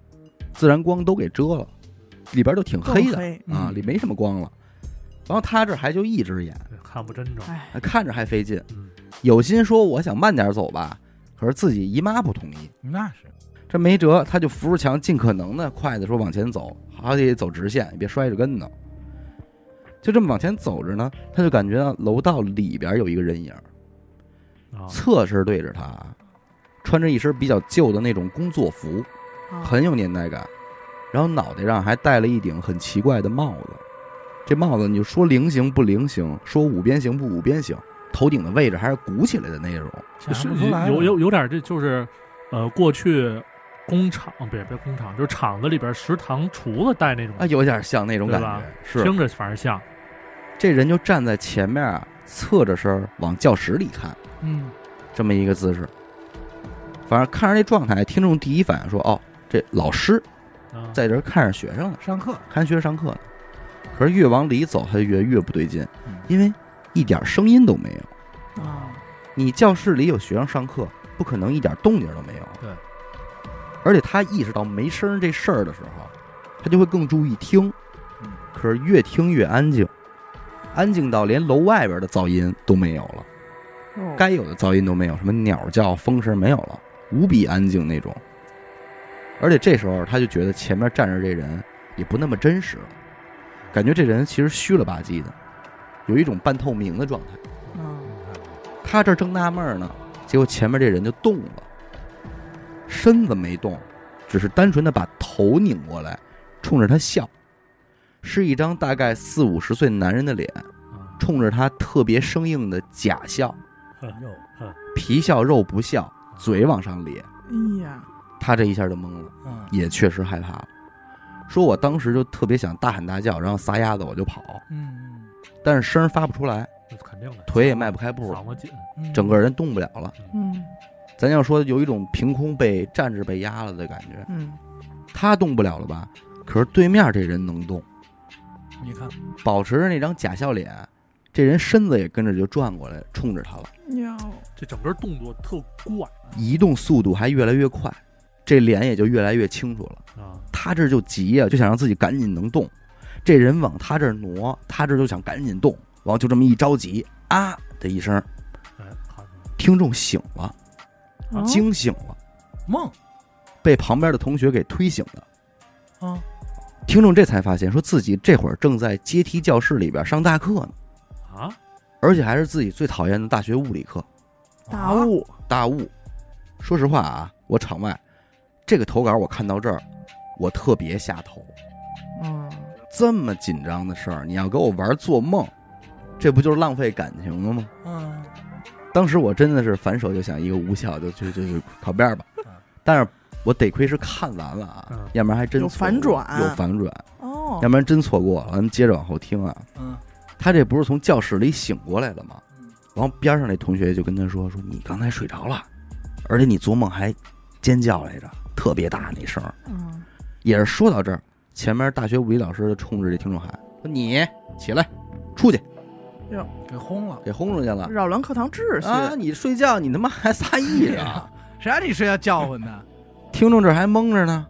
[SPEAKER 1] 自然光都给遮了，里边就挺
[SPEAKER 3] 更
[SPEAKER 1] 黑的
[SPEAKER 3] 黑，
[SPEAKER 1] 啊，
[SPEAKER 2] 嗯
[SPEAKER 1] 里没什么光了。然后他这还就一只眼，
[SPEAKER 4] 对看不真着。
[SPEAKER 3] 哎，
[SPEAKER 1] 看着还费劲。
[SPEAKER 4] 嗯，
[SPEAKER 1] 有心说我想慢点走吧，可是自己姨妈不同意，
[SPEAKER 2] 嗯那是，
[SPEAKER 1] 这没辙，他就扶着墙，尽可能的快的说往前走，还得走直线，别摔着跟头。就这么往前走着呢，他就感觉到楼道里边有一个人影，
[SPEAKER 4] 啊，
[SPEAKER 1] 侧身对着他，穿着一身比较旧的那种工作服，
[SPEAKER 3] 啊
[SPEAKER 1] 很有年代感，然后脑袋上还戴了一顶很奇怪的帽子。这帽子你就说菱形不菱形，说五边形不五边形，头顶的位置还是鼓起来的那种。
[SPEAKER 2] 想
[SPEAKER 4] 是
[SPEAKER 2] 不出来了，
[SPEAKER 4] 有有有点这就是，呃，过去工厂别别工厂，就是厂子里边食堂厨子带那种，
[SPEAKER 1] 啊，有点像那种感觉
[SPEAKER 4] 对吧。
[SPEAKER 1] 是，
[SPEAKER 4] 听着反正像
[SPEAKER 1] 这人就站在前面啊，侧着身儿往教室里看，
[SPEAKER 2] 嗯，
[SPEAKER 1] 这么一个姿势。反正看着那状态，听众第一反应说：“哦，这老师
[SPEAKER 4] 啊，
[SPEAKER 1] 在这儿看着学生呢，
[SPEAKER 2] 上课，
[SPEAKER 1] 看学生上课呢。”可是越往里走，他就越越不对劲
[SPEAKER 2] 嗯，
[SPEAKER 1] 因为一点声音都没有。
[SPEAKER 3] 啊，
[SPEAKER 1] 你教室里有学生上课，不可能一点动静都没有。
[SPEAKER 2] 对。
[SPEAKER 1] 而且他意识到没声儿这事儿的时候，他就会更注意听
[SPEAKER 2] 嗯。
[SPEAKER 1] 可是越听越安静，安静到连楼外边的噪音都没有了，
[SPEAKER 3] 哟
[SPEAKER 1] 该有的噪音都没有，什么鸟叫、风声没有了，无比安静那种。而且这时候他就觉得前面站着这人也不那么真实了，感觉这人其实虚了吧唧的，有一种半透明的状态。
[SPEAKER 4] 嗯
[SPEAKER 3] 啊
[SPEAKER 1] 他这正纳闷儿呢，结果前面这人就动了，身子没动，只是单纯的把头拧过来，冲着他笑，是一张大概四五十岁男人的脸，
[SPEAKER 4] 啊
[SPEAKER 1] 冲着他特别生硬的假笑，
[SPEAKER 2] 哟，
[SPEAKER 4] 嗯
[SPEAKER 1] 皮笑肉不笑，嘴往上咧。
[SPEAKER 3] 哎呀，
[SPEAKER 1] 他这一下就懵了，
[SPEAKER 2] 嗯，
[SPEAKER 1] 也确实害怕了，说我当时就特别想大喊大叫，然后撒丫子我就跑，
[SPEAKER 2] 嗯
[SPEAKER 1] 但是声儿发不出来，
[SPEAKER 4] 那肯定的，
[SPEAKER 1] 腿也迈不开步
[SPEAKER 4] 嗓
[SPEAKER 1] 了，
[SPEAKER 4] 子紧，
[SPEAKER 2] 嗯，
[SPEAKER 1] 整个人动不了了。
[SPEAKER 3] 嗯
[SPEAKER 1] 咱要说有一种凭空被站着被压了的感觉，
[SPEAKER 3] 嗯，
[SPEAKER 1] 他动不了了吧？可是对面这人能动，
[SPEAKER 2] 你看，
[SPEAKER 1] 保持着那张假笑脸，这人身子也跟着就转过来，冲着他了，
[SPEAKER 3] 哟，
[SPEAKER 1] 啊
[SPEAKER 4] 这整个动作特怪
[SPEAKER 1] 移动速度还越来越快，这脸也就越来越清楚了。
[SPEAKER 4] 啊，
[SPEAKER 1] 他这就急呀、就想让自己赶紧能动。这人往他这儿挪，他这就想赶紧动，完就这么一着急啊的一声，
[SPEAKER 4] 哎，看出
[SPEAKER 1] 听众醒了，
[SPEAKER 3] 哦
[SPEAKER 1] 惊醒了，
[SPEAKER 2] 梦
[SPEAKER 1] 被旁边的同学给推醒的。
[SPEAKER 2] 啊，
[SPEAKER 1] 听众这才发现，说自己这会儿正在阶梯教室里边上大课呢，
[SPEAKER 4] 来啊，
[SPEAKER 1] 而且还是自己最讨厌的大学物理课。
[SPEAKER 3] 大
[SPEAKER 1] 啊
[SPEAKER 3] 雾，
[SPEAKER 1] 大雾。说实话啊，我场外这个投稿我看到这儿，我特别下头。
[SPEAKER 3] 嗯，
[SPEAKER 1] 这么紧张的事儿，你要给我玩做梦，这不就是浪费感情了吗？
[SPEAKER 2] 嗯，
[SPEAKER 1] 当时我真的是反手就想一个无效，就就就就靠边儿吧
[SPEAKER 2] 嗯。
[SPEAKER 1] 但是我得亏是看完了啊
[SPEAKER 4] 嗯，
[SPEAKER 1] 要不然还真
[SPEAKER 3] 有
[SPEAKER 1] 错过
[SPEAKER 3] 反转
[SPEAKER 1] 有反转，
[SPEAKER 3] 哦
[SPEAKER 1] 要，不然真错过了。咱们接着往后听啊，
[SPEAKER 2] 嗯，
[SPEAKER 1] 他这不是从教室里醒过来的吗
[SPEAKER 2] 嗯？
[SPEAKER 1] 然后边上那同学就跟他说：“说你刚才睡着了，而且你做梦还尖叫来着，特别大那声儿。
[SPEAKER 3] 嗯，
[SPEAKER 1] 也是说到这儿，前面大学物理老师就冲着这听众喊：“说你起来，出去，
[SPEAKER 2] 给轰了。
[SPEAKER 1] 给轰出去了
[SPEAKER 3] 扰乱课堂秩序，
[SPEAKER 1] 啊！你睡觉，你他妈还撒
[SPEAKER 2] 对
[SPEAKER 1] 癔
[SPEAKER 2] 呀、
[SPEAKER 1] 啊
[SPEAKER 2] 谁让你睡觉叫唤呢？！”
[SPEAKER 1] 听众这儿还蒙着呢，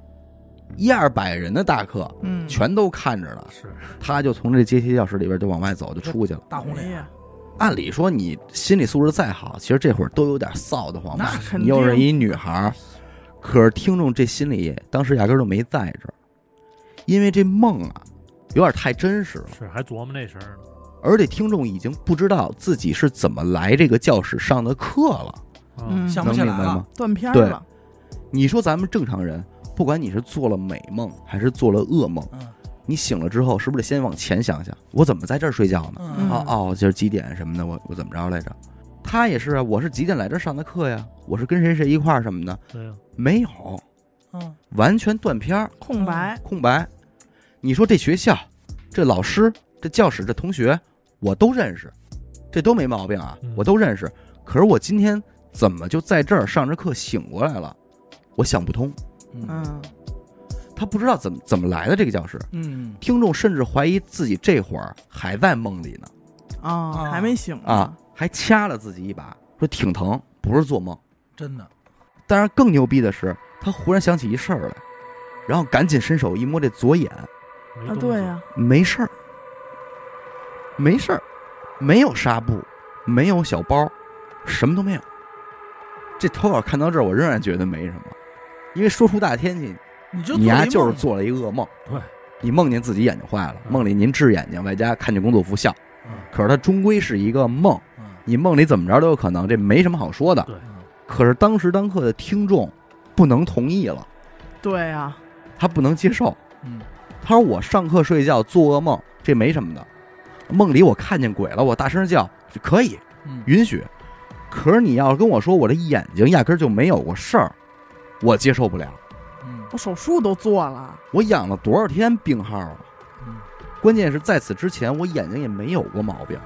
[SPEAKER 1] 一二百人的大课
[SPEAKER 3] 嗯，
[SPEAKER 1] 全都看着了，
[SPEAKER 4] 是
[SPEAKER 1] 他就从这阶梯教室里边就往外走，就出去了。
[SPEAKER 2] 大红
[SPEAKER 3] 哎
[SPEAKER 2] 脸，
[SPEAKER 3] 呀，
[SPEAKER 1] 按理说你心理素质再好，其实这会儿都有点臊得慌吧
[SPEAKER 3] 那？肯
[SPEAKER 1] 你
[SPEAKER 3] 定
[SPEAKER 1] 啊又是一女孩儿，可是听众这心里当时压根儿就没在这儿，因为这梦啊有点太真实了，
[SPEAKER 4] 是，还琢磨那事儿呢。
[SPEAKER 1] 而且听众已经不知道自己是怎么来这个教室上的课了，
[SPEAKER 4] 嗯
[SPEAKER 3] 嗯，
[SPEAKER 2] 想不
[SPEAKER 1] 能
[SPEAKER 2] 起
[SPEAKER 1] 明
[SPEAKER 2] 来
[SPEAKER 1] 白
[SPEAKER 2] 了
[SPEAKER 1] 吗。？
[SPEAKER 3] 断片
[SPEAKER 1] 对
[SPEAKER 3] 儿了，
[SPEAKER 1] 你说咱们正常人，不管你是做了美梦还是做了噩梦，
[SPEAKER 2] 嗯
[SPEAKER 1] 你醒了之后是不是得先往前想想，我怎么在这儿睡觉呢？
[SPEAKER 2] 嗯
[SPEAKER 1] 哦哦，就是几点什么的，我我怎么着来着？他也是啊，我是几点来这儿上的课呀？我是跟谁谁一块儿什么的，
[SPEAKER 4] 对啊呀，
[SPEAKER 1] 没有，
[SPEAKER 2] 嗯，
[SPEAKER 1] 完全断片儿，
[SPEAKER 3] 空白，
[SPEAKER 1] 空白。你说这学校、这老师、这教室、这同学，我都认识，这都没毛病啊
[SPEAKER 4] 嗯，
[SPEAKER 1] 我都认识。可是我今天怎么就在这儿上着课醒过来了？我想不通，
[SPEAKER 2] 嗯
[SPEAKER 3] 嗯，
[SPEAKER 1] 他不知道怎么怎么来的这个教室。
[SPEAKER 2] 嗯，
[SPEAKER 1] 听众甚至怀疑自己这会儿还在梦里呢
[SPEAKER 3] 啊，
[SPEAKER 2] 啊
[SPEAKER 3] 还没醒呢
[SPEAKER 1] 啊，，还掐了自己一把，说挺疼，不是做梦。
[SPEAKER 2] 真的，
[SPEAKER 1] 当然更牛逼的是，他忽然想起一事儿来，然后赶紧伸手一摸这左眼，
[SPEAKER 4] 没
[SPEAKER 3] 啊
[SPEAKER 4] 东，西
[SPEAKER 3] 对，呀，
[SPEAKER 1] 没事儿，没事儿，没有纱布，没有小包，什么都没有。这投稿看到这儿，我仍然觉得没什么，因为说出大天气，
[SPEAKER 2] 你就
[SPEAKER 1] 你
[SPEAKER 2] 做
[SPEAKER 1] 丫
[SPEAKER 2] 一
[SPEAKER 1] 就是
[SPEAKER 2] 梦
[SPEAKER 1] 做了一噩梦。
[SPEAKER 4] 对，
[SPEAKER 1] 你梦见自己眼睛坏了，
[SPEAKER 4] 嗯
[SPEAKER 1] 梦里您治眼睛，外加看见工作服笑。
[SPEAKER 2] 嗯
[SPEAKER 1] 可是它终归是一个梦，
[SPEAKER 2] 嗯
[SPEAKER 1] 你梦里怎么着都有可能，这没什么好说的。
[SPEAKER 4] 对
[SPEAKER 2] 嗯
[SPEAKER 1] 可是当时当刻的听众不能同意了，
[SPEAKER 3] 对呀，
[SPEAKER 1] 他不能接受，
[SPEAKER 2] 嗯
[SPEAKER 1] 他说我上课睡觉做噩梦，这没什么的，梦里我看见鬼了，我大声叫就可以
[SPEAKER 2] 嗯，
[SPEAKER 1] 允许。可是你要跟我说我这眼睛压根儿就没有过事儿，我接受不了。
[SPEAKER 2] 嗯
[SPEAKER 3] 我手术都做了，
[SPEAKER 1] 我养了多少天病号啊？
[SPEAKER 2] 嗯
[SPEAKER 1] 关键是在此之前我眼睛也没有过毛病，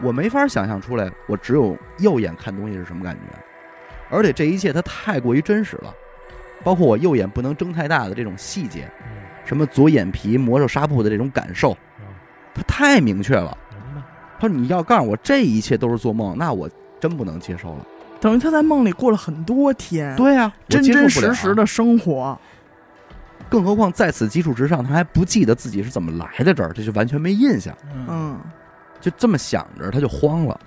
[SPEAKER 1] 我没法想象出来我只有右眼看东西是什么感觉。而且这一切它太过于真实了，包括我右眼不能睁太大的这种细节，
[SPEAKER 4] 嗯，
[SPEAKER 1] 什么左眼皮磨着纱布的这种感受，
[SPEAKER 4] 嗯
[SPEAKER 1] 它太明确了。
[SPEAKER 4] 明白，
[SPEAKER 1] 他说：“你要告诉我这一切都是做梦，那我真不能接受了。
[SPEAKER 3] 等于他在梦里过了很多天，
[SPEAKER 1] 对呀、我
[SPEAKER 3] 真
[SPEAKER 1] 接受
[SPEAKER 3] 真
[SPEAKER 1] 不了
[SPEAKER 3] 实
[SPEAKER 1] 啊
[SPEAKER 3] 实。的生活，
[SPEAKER 1] 更何况在此基础之上，他还不记得自己是怎么来的这儿，这就完全没印象。
[SPEAKER 2] 嗯
[SPEAKER 3] 嗯，
[SPEAKER 1] 就这么想着，他就慌了。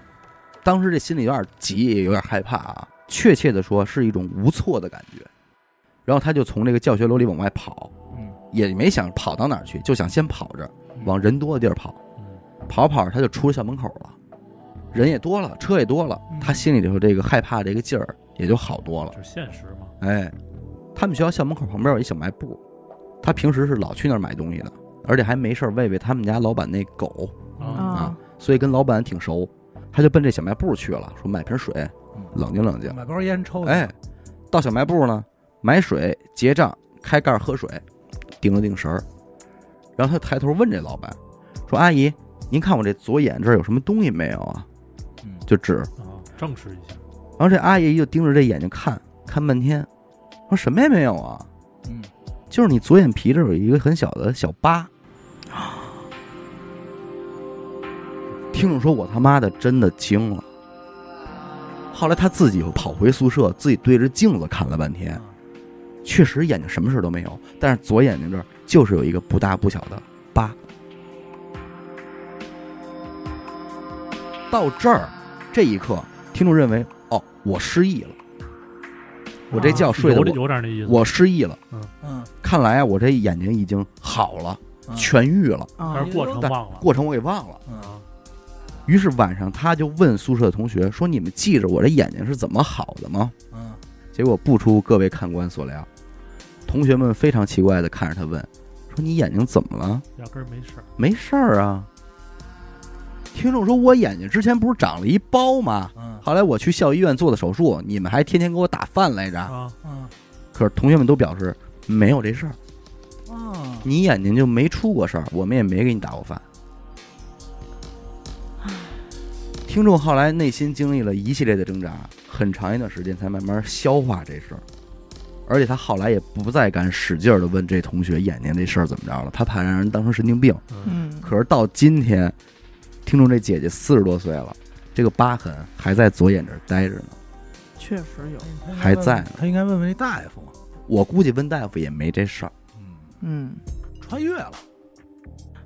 [SPEAKER 1] 当时这心里有点急，也有点害怕啊。确切的说，是一种无措的感觉。然后他就从这个教学楼里往外跑，
[SPEAKER 2] 嗯
[SPEAKER 1] 也没想跑到哪儿去，就想先跑着
[SPEAKER 2] 嗯
[SPEAKER 1] 往人多的地儿跑。
[SPEAKER 4] 嗯，
[SPEAKER 1] 跑着跑着他就出了校门口了，人也多了，车也多了，他心里头这个害怕这个劲儿也就好多了。
[SPEAKER 4] 就是现实嘛，
[SPEAKER 1] 哎，他们学校校门口旁边有一小卖部，他平时是老去那儿买东西的，而且还没事儿喂喂他们家老板那狗，
[SPEAKER 4] 啊，
[SPEAKER 3] 啊
[SPEAKER 1] 啊，所以跟老板挺熟。他就奔这小卖部去了，说买瓶水，
[SPEAKER 2] 嗯
[SPEAKER 1] 冷静冷静。
[SPEAKER 2] 买包烟抽去，
[SPEAKER 1] 哎，到小卖部呢，买水结账，开盖儿喝水，定了定神儿，然后他抬头问这老板，说：“阿姨，您看我这左眼这儿有什么东西没有啊
[SPEAKER 2] 嗯？”
[SPEAKER 1] 就指
[SPEAKER 4] 啊，证实一下，
[SPEAKER 1] 然后这阿姨就盯着这眼睛看看半天，说什么也没有啊，
[SPEAKER 2] 嗯
[SPEAKER 1] 就是你左眼皮这儿有一个很小的小疤。听众说：“我他妈的真的惊了。”后来他自己跑回宿舍，自己对着镜子看了半天，确实眼睛什么事儿都没有，但是左眼睛这儿就是有一个不大不小的疤。到这儿，这一刻，听众认为：“哦，我失忆了，我这觉睡得
[SPEAKER 4] 啊有
[SPEAKER 1] 我
[SPEAKER 4] 有点那意思，
[SPEAKER 1] 我失忆了。”
[SPEAKER 2] 嗯，
[SPEAKER 1] 看来啊，我这眼睛已经好了，
[SPEAKER 2] 嗯
[SPEAKER 1] 痊愈了，
[SPEAKER 3] 啊
[SPEAKER 4] 但是过程忘了，
[SPEAKER 1] 过程我给忘了。
[SPEAKER 2] 嗯
[SPEAKER 1] 于是晚上他就问宿舍的同学说：“你们记着我这眼睛是怎么好的吗
[SPEAKER 2] 嗯，？”
[SPEAKER 1] 结果不出各位看官所料，同学们非常奇怪的看着他问：“说你眼睛怎么了
[SPEAKER 4] 压根儿没事儿，？”
[SPEAKER 1] 没事儿啊。听众说：“我眼睛之前不是长了一包吗？
[SPEAKER 2] 嗯
[SPEAKER 1] 后来我去校医院做的手术，你们还天天给我打饭来着。
[SPEAKER 4] 啊，
[SPEAKER 2] 嗯
[SPEAKER 1] 可是同学们都表示没有这事儿，
[SPEAKER 2] 嗯，
[SPEAKER 1] 你眼睛就没出过事儿，我们也没给你打过饭。听众后来内心经历了一系列的挣扎，很长一段时间才慢慢消化这事儿。而且他后来也不再敢使劲的问这同学眼睛这事儿怎么着了，他怕让人当成神经病。
[SPEAKER 4] 嗯，
[SPEAKER 3] 嗯，
[SPEAKER 1] 可是到今天，听众这姐姐四十多岁了，这个疤痕还在左眼这儿待着呢。
[SPEAKER 3] 确实有，
[SPEAKER 1] 还在呢
[SPEAKER 2] 他应该问问那大夫嘛。
[SPEAKER 1] 我估计温大夫也没这事儿。
[SPEAKER 2] 嗯，
[SPEAKER 3] 嗯，
[SPEAKER 2] 穿越了，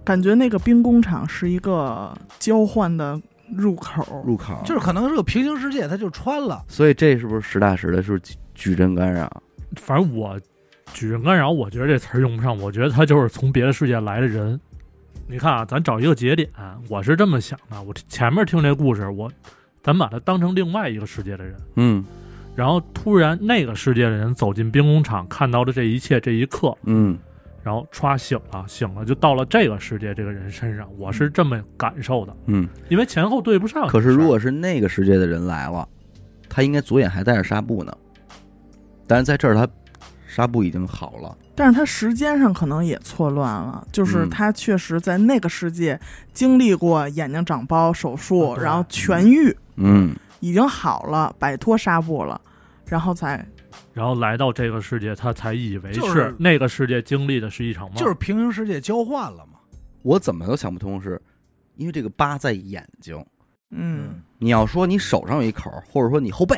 [SPEAKER 3] 感觉那个兵工厂是一个交换的入口，
[SPEAKER 1] 入口
[SPEAKER 2] 就是可能是个平行世界，他就穿了。
[SPEAKER 1] 所以这是不是实打实的是矩矩阵干扰？
[SPEAKER 4] 反正我矩阵干扰，我觉得这词儿用不上，我觉得他就是从别的世界来的人。你看啊，咱找一个节点，啊我是这么想的。我前面听这故事，我咱把他当成另外一个世界的人，
[SPEAKER 1] 嗯
[SPEAKER 4] 然后突然那个世界的人走进兵工厂，看到的这一切这一刻，
[SPEAKER 1] 嗯，
[SPEAKER 4] 然后歘醒了，醒了就到了这个世界这个人身上，我是这么感受的，
[SPEAKER 1] 嗯，
[SPEAKER 4] 因为前后对不上。
[SPEAKER 1] 可是如果是那个世界的人来了，他应该左眼还带着纱布呢，但是在这儿他纱布已经好了，
[SPEAKER 3] 但是他时间上可能也错乱了，就是
[SPEAKER 1] 嗯
[SPEAKER 3] 他确实在那个世界经历过眼睛长包手术，
[SPEAKER 4] 啊对
[SPEAKER 3] 然后痊愈，
[SPEAKER 1] 嗯，
[SPEAKER 3] 已经好了，摆脱纱布了，然后才
[SPEAKER 4] 然后来到这个世界，他才以为
[SPEAKER 2] 就是是
[SPEAKER 4] 那个世界经历的是一场梦，
[SPEAKER 2] 就是平行世界交换了嘛。
[SPEAKER 1] 我怎么都想不通是，因为这个疤在眼睛，
[SPEAKER 3] 嗯，
[SPEAKER 1] 你要说你手上有一口，或者说你后背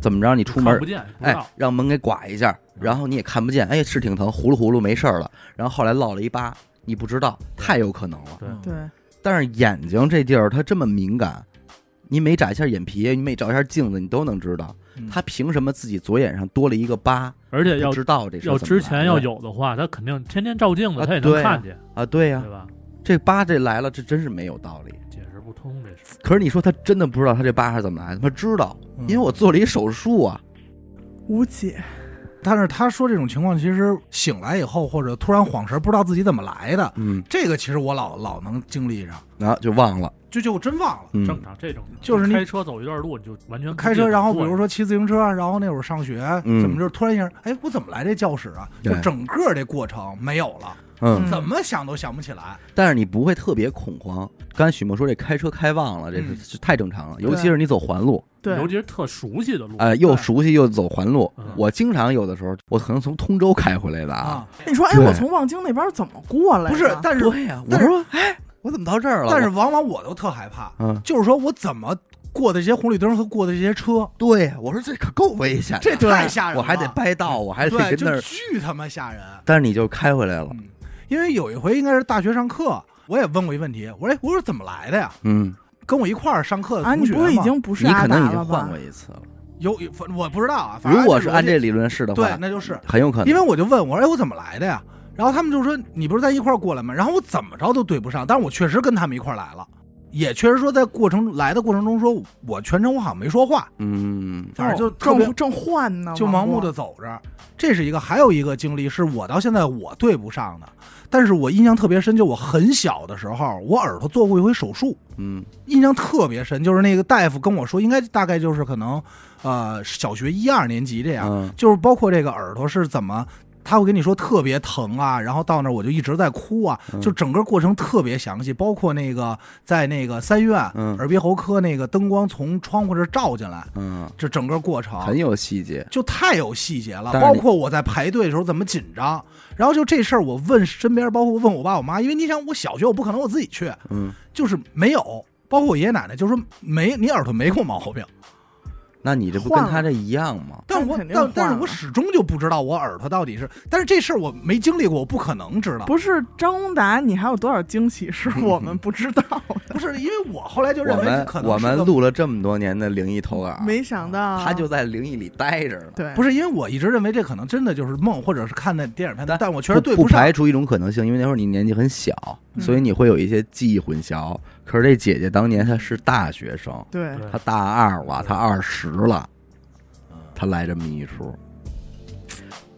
[SPEAKER 1] 怎么着，你出
[SPEAKER 4] 看
[SPEAKER 1] 门
[SPEAKER 4] 不见，不知
[SPEAKER 1] 哎
[SPEAKER 4] 道。，
[SPEAKER 1] 让门给刮一下，然后你也看不见，哎，是挺疼，呼噜呼噜没事儿了。然后后来落了一疤，你不知道，太有可能了。
[SPEAKER 4] 对
[SPEAKER 2] 嗯
[SPEAKER 3] 对，
[SPEAKER 1] 但是眼睛这地儿它这么敏感，你每眨一下眼皮，你每照一下镜子，你都能知道。
[SPEAKER 2] 嗯
[SPEAKER 1] 他凭什么自己左眼上多了一个疤？
[SPEAKER 4] 而且要
[SPEAKER 1] 不知道这事
[SPEAKER 4] 要
[SPEAKER 1] 儿怎么
[SPEAKER 4] 之
[SPEAKER 1] 来的
[SPEAKER 4] 前要有的话，他肯定天天照镜子，
[SPEAKER 1] 啊
[SPEAKER 4] 他也能
[SPEAKER 1] 对啊
[SPEAKER 4] 看见，
[SPEAKER 1] 啊，对呀、
[SPEAKER 4] 对吧？
[SPEAKER 1] 这疤这来了，这真是没有道理。
[SPEAKER 4] 解释不通这事。
[SPEAKER 1] 可是你说他真的不知道他这疤是怎么来的？他知道，
[SPEAKER 4] 嗯
[SPEAKER 1] 因为我做了一手术啊。
[SPEAKER 3] 无解，
[SPEAKER 2] 但是他说这种情况，其实醒来以后或者突然恍神，不知道自己怎么来的，
[SPEAKER 1] 嗯，
[SPEAKER 2] 这个其实我老老能经历上，
[SPEAKER 1] 然后就忘了。
[SPEAKER 2] 就就真忘了。
[SPEAKER 1] 嗯，
[SPEAKER 4] 正常，这种
[SPEAKER 2] 就是你
[SPEAKER 4] 开车走一段路，你就完全
[SPEAKER 2] 开车，然后比如
[SPEAKER 4] 说
[SPEAKER 2] 说骑自行车，啊然后那会儿上学，
[SPEAKER 1] 嗯
[SPEAKER 2] 怎么就突然一下，哎，我怎么来这教室啊？就
[SPEAKER 1] 对
[SPEAKER 2] 整个这过程没有了，
[SPEAKER 1] 嗯，
[SPEAKER 3] 嗯
[SPEAKER 2] 怎么想都想不起来。
[SPEAKER 1] 但是你不会特别恐慌。刚才许墨说这开车开忘了，这是
[SPEAKER 2] 嗯
[SPEAKER 1] 是太正常了，尤
[SPEAKER 3] 对
[SPEAKER 1] 其是你走环路，
[SPEAKER 3] 对
[SPEAKER 4] 尤，其是特熟悉的路，
[SPEAKER 1] 呃，又
[SPEAKER 2] 对
[SPEAKER 1] 熟悉又走环路
[SPEAKER 4] 嗯。
[SPEAKER 1] 我经常有的时候，我可能从通州开回来的啊。
[SPEAKER 2] 啊，
[SPEAKER 3] 那你说，哎，
[SPEAKER 1] 对
[SPEAKER 3] 我从望京那边怎么过来
[SPEAKER 2] 不
[SPEAKER 3] 的？
[SPEAKER 2] 是，但是
[SPEAKER 1] 呀我
[SPEAKER 2] 但是
[SPEAKER 1] 说，哎，我怎么到这儿了？
[SPEAKER 2] 但是往往我都特害怕，
[SPEAKER 1] 我，嗯，
[SPEAKER 2] 就是说我怎么过的这些红绿灯和过的这些车，
[SPEAKER 1] 对呀，我说这可够危险的，
[SPEAKER 2] 这太吓人了，啊
[SPEAKER 1] 我还得掰道，我还得
[SPEAKER 2] 对，
[SPEAKER 1] 跟那
[SPEAKER 2] 就
[SPEAKER 1] 儿。
[SPEAKER 2] 巨他妈吓人。
[SPEAKER 1] 但是你就开回来了，
[SPEAKER 2] 嗯，因为有一回应该是大学上课，我也问过一问题，我说哎我说怎么来的呀？
[SPEAKER 1] 嗯，
[SPEAKER 2] 跟我一块儿上课的
[SPEAKER 3] 啊，
[SPEAKER 2] 同
[SPEAKER 3] 你
[SPEAKER 2] 学
[SPEAKER 3] 不会已
[SPEAKER 2] 嘛
[SPEAKER 3] 经不是
[SPEAKER 1] 你
[SPEAKER 3] 阿
[SPEAKER 1] 可能已
[SPEAKER 3] 达了
[SPEAKER 1] 经换
[SPEAKER 3] 吧
[SPEAKER 1] 过？一次了。
[SPEAKER 2] 有有反我不知道啊。反正
[SPEAKER 1] 如果是
[SPEAKER 2] 按
[SPEAKER 1] 按
[SPEAKER 2] 这
[SPEAKER 1] 这理论式的
[SPEAKER 2] 逻辑对
[SPEAKER 1] 话，，
[SPEAKER 2] 那就是
[SPEAKER 1] 很有可能，
[SPEAKER 2] 因为我就问我说哎我怎么来的呀？然后他们就说你不是在一块儿过来吗？然后我怎么着都对不上，但是我确实跟他们一块儿来了。也确实说，在过程来的过程中说，我全程我好像没说话，
[SPEAKER 1] 嗯，
[SPEAKER 2] 反正就特别
[SPEAKER 3] 正哦正换呢，
[SPEAKER 2] 就盲目的走着。这是一个，还有一个经历是我到现在我对不上的，但是我印象特别深，就我很小的时候，我耳朵做过一回手术，
[SPEAKER 1] 嗯
[SPEAKER 2] 印象特别深，就是那个大夫跟我说，应该大概就是可能，呃，小学一二年级这样，
[SPEAKER 1] 嗯
[SPEAKER 2] 就是包括这个耳朵是怎么。他会跟你说特别疼啊，然后到那儿我就一直在哭啊，
[SPEAKER 1] 嗯
[SPEAKER 2] 就整个过程特别详细，包括那个在那个三院、
[SPEAKER 1] 嗯
[SPEAKER 2] 耳鼻喉科那个灯光从窗户这儿照进来，
[SPEAKER 1] 嗯，
[SPEAKER 2] 这整个过程
[SPEAKER 1] 很有细节。
[SPEAKER 2] 就太有细节了，
[SPEAKER 1] 但是
[SPEAKER 2] 包
[SPEAKER 1] 你
[SPEAKER 2] 括我在排队的时候怎么紧张，然后就这事儿我问身边，包括问我爸我妈，因为你想我小学我不可能我自己去，
[SPEAKER 1] 嗯，
[SPEAKER 2] 就是没有，包括我爷爷奶奶就说没你耳朵没过毛病，
[SPEAKER 1] 那你这不跟
[SPEAKER 3] 换了
[SPEAKER 1] 他这一样吗？
[SPEAKER 2] 但我
[SPEAKER 3] 肯定
[SPEAKER 2] 但但是
[SPEAKER 3] 换
[SPEAKER 2] 我
[SPEAKER 3] 了
[SPEAKER 2] 始终就不知道我耳朵到底是，但是这事儿我没经历过，我不可能知道，
[SPEAKER 3] 不是张宏达，你还有多少惊喜是我们不知道的？
[SPEAKER 2] 不是因为我后来就认
[SPEAKER 1] 我
[SPEAKER 2] 为
[SPEAKER 1] 们
[SPEAKER 2] 可能
[SPEAKER 1] 我
[SPEAKER 2] 是
[SPEAKER 1] 们
[SPEAKER 2] 个
[SPEAKER 1] 录了这么多年的灵异投稿，
[SPEAKER 3] 没想到
[SPEAKER 1] 他就在灵异里待着呢。
[SPEAKER 3] 对，
[SPEAKER 2] 不
[SPEAKER 3] 是
[SPEAKER 2] 是因为我一直认为这可能真的就是梦，或者是看那电影片段，但我确实对
[SPEAKER 1] 不不
[SPEAKER 2] 上。
[SPEAKER 1] 排除一种可能性，因为那会儿你年纪很小，
[SPEAKER 3] 嗯
[SPEAKER 1] 所以你会有一些记忆混淆。可是这姐姐当年她是大学生，
[SPEAKER 3] 对
[SPEAKER 4] 对
[SPEAKER 1] 她大二了，她二十了，
[SPEAKER 2] 嗯
[SPEAKER 1] 她来这么一出，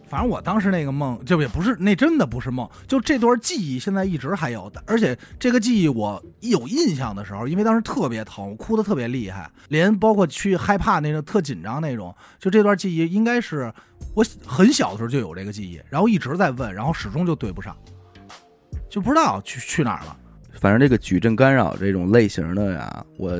[SPEAKER 2] 反正我当时那个梦，就也不是那真的不是梦，就这段记忆现在一直还有的，而且这个记忆我一有印象的时候，因为当时特别疼，我哭的特别厉害，连包括去害怕那种特紧张那种，就这段记忆应该是我很小的时候就有这个记忆，然后一直在问，然后始终就对不上，就不知道去去哪儿了。
[SPEAKER 1] 反正这个矩阵干扰这种类型的呀，我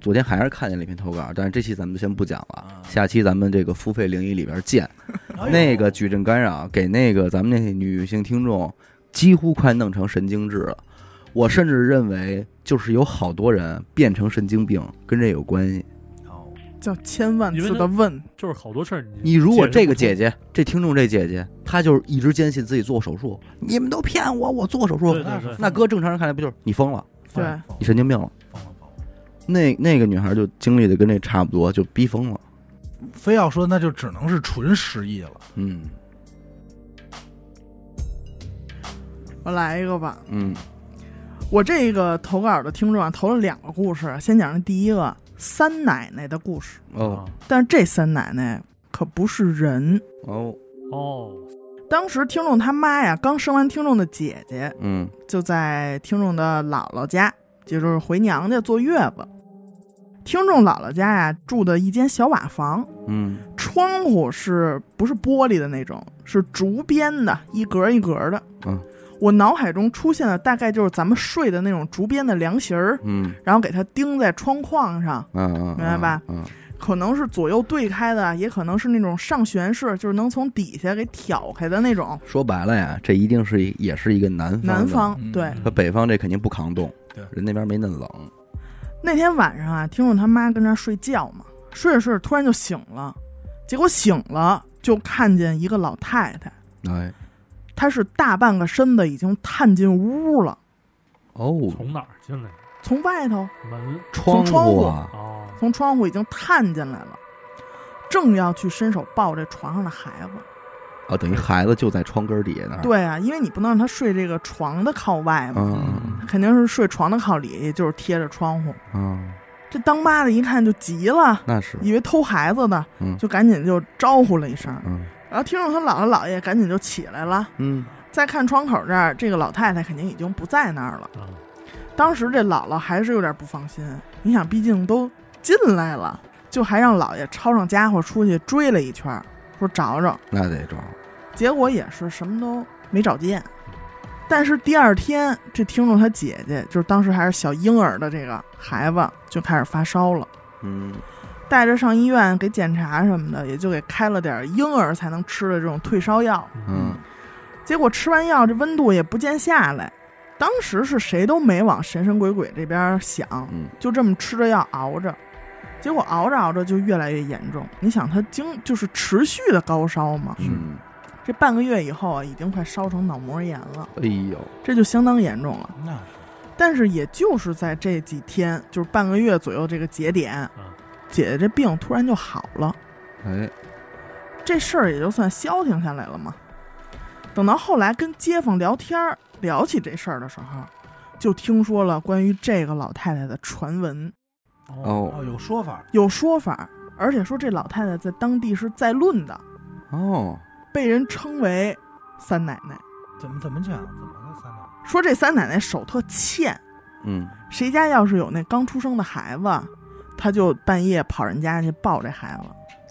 [SPEAKER 1] 昨天还是看见了一篇投稿，但是这期咱们就先不讲了
[SPEAKER 2] 啊，
[SPEAKER 1] 下期咱们这个付费零一里边见。
[SPEAKER 2] 哎呦
[SPEAKER 1] 那个矩阵干扰给那个咱们那女性听众几乎快弄成神经质了，我甚至认为就是有好多人变成神经病跟这有关系。
[SPEAKER 2] 哦
[SPEAKER 3] 叫千万
[SPEAKER 4] 因为
[SPEAKER 3] 次
[SPEAKER 4] 他
[SPEAKER 3] 的问，
[SPEAKER 4] 就是好多事儿你
[SPEAKER 1] 你如果这个姐
[SPEAKER 4] 姐
[SPEAKER 1] 姐，这听众这姐姐，她就是一直坚信自己做手术，你们都骗我，我做手术
[SPEAKER 4] 对，对对
[SPEAKER 1] 那搁正常人看来不就是你疯了，
[SPEAKER 2] 疯了疯
[SPEAKER 1] 你
[SPEAKER 2] 了
[SPEAKER 1] 神经病了？
[SPEAKER 2] 疯了疯了
[SPEAKER 1] 那那个女孩就经历的跟这差不多，就逼疯了。
[SPEAKER 2] 非要说那就只能是纯失忆了。
[SPEAKER 1] 嗯
[SPEAKER 3] 我来一个吧。
[SPEAKER 1] 嗯
[SPEAKER 3] 我这个投稿的听众啊，投了两个故事，先讲这第一个三奶奶的故事，
[SPEAKER 1] 哦
[SPEAKER 3] 但是这三奶奶可不是人。
[SPEAKER 1] 哦
[SPEAKER 4] 哦，
[SPEAKER 3] 当时听众他妈呀，刚生完听众的姐姐，
[SPEAKER 1] 嗯
[SPEAKER 3] 就在听众的姥姥家，也就是回娘家坐月子。听众姥姥家呀住的一间小瓦房，
[SPEAKER 1] 嗯
[SPEAKER 3] 窗户是不是玻璃的那种？是竹编的，一格一格的。
[SPEAKER 1] 嗯，
[SPEAKER 3] 我脑海中出现的大概就是咱们睡的那种竹编的凉席儿，
[SPEAKER 1] 嗯
[SPEAKER 3] 然后给它钉在窗框上，
[SPEAKER 1] 嗯嗯，
[SPEAKER 3] 明白吧？
[SPEAKER 1] 嗯
[SPEAKER 3] 可能是左右对开的，也可能是那种上旋式，就是能从底下给挑开的那种。
[SPEAKER 1] 说白了呀，这一定是一也是一个南方的
[SPEAKER 3] 南方
[SPEAKER 2] 嗯
[SPEAKER 3] 对，
[SPEAKER 1] 和北方这肯定不抗冻，
[SPEAKER 2] 对
[SPEAKER 1] 人那边没那冷。
[SPEAKER 3] 那天晚上啊，听众他妈跟那儿睡觉嘛，睡着睡着突然就醒了，结果醒了就看见一个老太太，
[SPEAKER 1] 哎，
[SPEAKER 3] 她是大半个身子已经探进屋了，
[SPEAKER 1] 哦，
[SPEAKER 4] 从哪儿进来的
[SPEAKER 3] 从外头
[SPEAKER 4] 门
[SPEAKER 1] 窗
[SPEAKER 3] 从窗户
[SPEAKER 1] 啊，
[SPEAKER 4] 哦，
[SPEAKER 3] 从窗户已经探进来了，正要去伸手抱这床上的孩子。
[SPEAKER 1] 啊，等于孩子就在窗根底下那儿。，
[SPEAKER 3] 对啊，因为你不能让他睡这个床的靠外嘛，
[SPEAKER 1] 嗯
[SPEAKER 3] 肯定是睡床的靠里，也就是贴着窗户。
[SPEAKER 1] 嗯，
[SPEAKER 3] 这当妈的一看就急了，
[SPEAKER 1] 那是，
[SPEAKER 3] 以为偷孩子呢，
[SPEAKER 1] 嗯
[SPEAKER 3] 就赶紧就招呼了一声。
[SPEAKER 1] 嗯
[SPEAKER 3] 然后听众他姥姥姥爷赶紧就起来了，
[SPEAKER 1] 嗯
[SPEAKER 3] 再看窗口这儿，这个老太太肯定已经不在那儿了。
[SPEAKER 4] 啊
[SPEAKER 3] 当时这姥姥还是有点不放心，你想，毕竟都进来了，就还让姥爷抄上家伙出去追了一圈儿，说找找，
[SPEAKER 1] 那得找。
[SPEAKER 3] 结果也是什么都没找见。但是第二天，这听众他姐姐，就是当时还是小婴儿的这个孩子，就开始发烧了，
[SPEAKER 1] 嗯
[SPEAKER 3] 带着上医院给检查什么的，也就给开了点儿婴儿才能吃的这种退烧药。
[SPEAKER 1] 嗯，
[SPEAKER 3] 结果吃完药，这温度也不见下来。当时是谁都没往神神鬼鬼这边想，
[SPEAKER 1] 嗯
[SPEAKER 3] 就这么吃着药熬着，结果熬着熬着就越来越严重。你想，他经就是持续的高烧嘛，
[SPEAKER 1] 嗯，
[SPEAKER 3] 这半个月以后啊，已经快烧成脑膜炎了，
[SPEAKER 1] 哎呦，
[SPEAKER 3] 这就相当严重了。
[SPEAKER 2] 那是
[SPEAKER 3] 但是也就是在这几天，就是半个月左右这个节点
[SPEAKER 4] 嗯，
[SPEAKER 3] 姐姐这病突然就好了。
[SPEAKER 1] 哎，
[SPEAKER 3] 这事儿也就算消停下来了嘛。等到后来跟街坊聊天儿，聊起这事儿的时候，就听说了关于这个老太太的传闻，
[SPEAKER 1] 哦
[SPEAKER 2] 哦，有说法
[SPEAKER 3] 有说法，而且说这老太太在当地是再论的，
[SPEAKER 1] 哦，
[SPEAKER 3] 被人称为三奶奶。
[SPEAKER 2] 怎么怎么讲？怎么个三奶？
[SPEAKER 3] 说这三奶奶手特欠，
[SPEAKER 1] 嗯
[SPEAKER 3] 谁家要是有那刚出生的孩子，她就半夜跑人家去抱这孩子。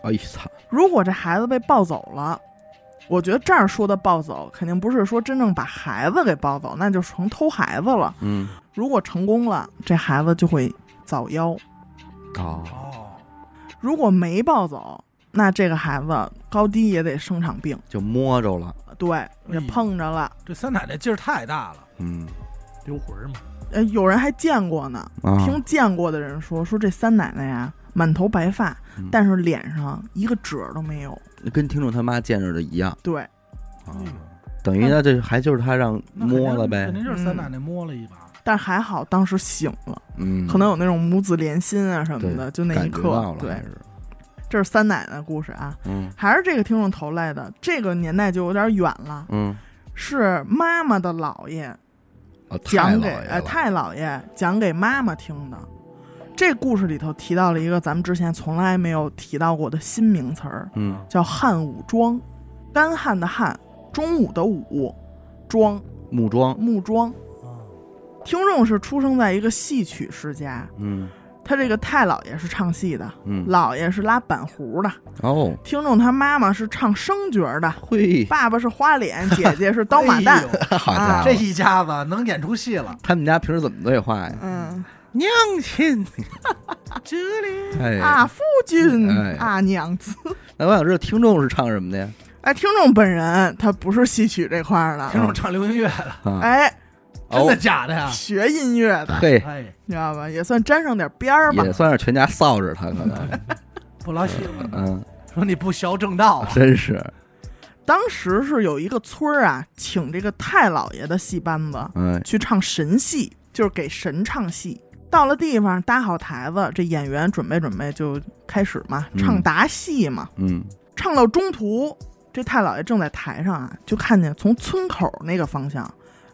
[SPEAKER 1] 哎呀操，
[SPEAKER 3] 如果这孩子被抱走了，我觉得这儿说的抱走，肯定不是说真正把孩子给抱走，那就成偷孩子了。
[SPEAKER 1] 嗯，
[SPEAKER 3] 如果成功了，这孩子就会早夭；
[SPEAKER 1] 哦，
[SPEAKER 2] 哦，
[SPEAKER 3] 如果没抱走，那这个孩子高低也得生场病，
[SPEAKER 1] 就摸着了，
[SPEAKER 3] 对，也碰着了。
[SPEAKER 2] 这三奶奶劲儿太大了，
[SPEAKER 1] 嗯
[SPEAKER 4] 丢魂儿嘛，
[SPEAKER 3] 呃，有人还见过呢，
[SPEAKER 1] 啊，
[SPEAKER 3] 听见过的人说，说这三奶奶呀，满头白发
[SPEAKER 1] 嗯，
[SPEAKER 3] 但是脸上一个褶儿都没有。
[SPEAKER 1] 跟听众他妈见着的一样，
[SPEAKER 3] 对，
[SPEAKER 1] 啊
[SPEAKER 2] 哎呦
[SPEAKER 3] 嗯
[SPEAKER 1] 等于他这还就是他让
[SPEAKER 2] 那肯定
[SPEAKER 1] 摸了呗
[SPEAKER 2] 肯，定就是三奶奶摸了一把。
[SPEAKER 3] 但还好当时醒了，
[SPEAKER 1] 嗯，
[SPEAKER 3] 可能有那种母子连心啊什么的，就那一
[SPEAKER 1] 感觉到
[SPEAKER 3] 刻，
[SPEAKER 1] 了，
[SPEAKER 3] 对
[SPEAKER 1] 还，是，
[SPEAKER 3] 这是三奶奶的故事啊，
[SPEAKER 1] 嗯
[SPEAKER 3] 还是这个听众投来的，这个年代就有点远了，
[SPEAKER 1] 嗯，
[SPEAKER 3] 是妈妈的姥爷
[SPEAKER 1] 啊，
[SPEAKER 3] 讲给
[SPEAKER 1] 太老爷
[SPEAKER 3] 呃
[SPEAKER 1] 了
[SPEAKER 3] 太姥爷讲给妈妈听的。这故事里头提到了一个咱们之前从来没有提到过的新名词儿，
[SPEAKER 1] 嗯，
[SPEAKER 3] 叫汉武装，干旱的旱，中午的午，庄
[SPEAKER 1] 木桩，
[SPEAKER 3] 木桩。
[SPEAKER 4] 啊，
[SPEAKER 3] 听众是出生在一个戏曲世家，
[SPEAKER 1] 嗯
[SPEAKER 3] 他这个太姥爷是唱戏的，
[SPEAKER 1] 嗯，
[SPEAKER 3] 姥爷是拉板胡的，
[SPEAKER 1] 哦，
[SPEAKER 3] 听众他妈妈是唱生角儿的，
[SPEAKER 1] 嘿，
[SPEAKER 3] 爸爸是花脸，姐姐是 刀马旦。
[SPEAKER 2] 哎呦
[SPEAKER 1] 好家
[SPEAKER 3] 啊
[SPEAKER 1] 伙
[SPEAKER 2] 这，一家子能演出戏了。
[SPEAKER 1] 他们家平时怎么对话呀？
[SPEAKER 3] 嗯，
[SPEAKER 1] 娘亲，
[SPEAKER 3] 这里
[SPEAKER 1] 哎，
[SPEAKER 3] 啊，夫君
[SPEAKER 1] 哎
[SPEAKER 3] 啊娘子。
[SPEAKER 1] 那我想知道听众是唱什么的呀？
[SPEAKER 3] 哎，听众本人他不是戏曲这块儿的
[SPEAKER 2] 听，众唱流行乐了，
[SPEAKER 1] 啊，
[SPEAKER 3] 哎，
[SPEAKER 2] 真的
[SPEAKER 1] 哦，
[SPEAKER 2] 假的呀？
[SPEAKER 3] 学音乐的，
[SPEAKER 1] 嘿，
[SPEAKER 2] 哎，
[SPEAKER 3] 你知道吧？也算沾上点边儿吧
[SPEAKER 1] 也。算是全家臊着他，可能，
[SPEAKER 2] 不老喜欢，
[SPEAKER 1] 嗯，
[SPEAKER 2] 说你不学正道啊，
[SPEAKER 1] 真是，
[SPEAKER 3] 当时是有一个村儿啊，请这个太老爷的戏班子
[SPEAKER 1] 哎，
[SPEAKER 3] 去唱神戏，就是给神唱戏。到了地方搭好台子，这演员准备准备就开始嘛，
[SPEAKER 1] 嗯
[SPEAKER 3] 唱答戏嘛。
[SPEAKER 1] 嗯，
[SPEAKER 3] 唱到中途，这太老爷正在台上啊，就看见从村口那个方向，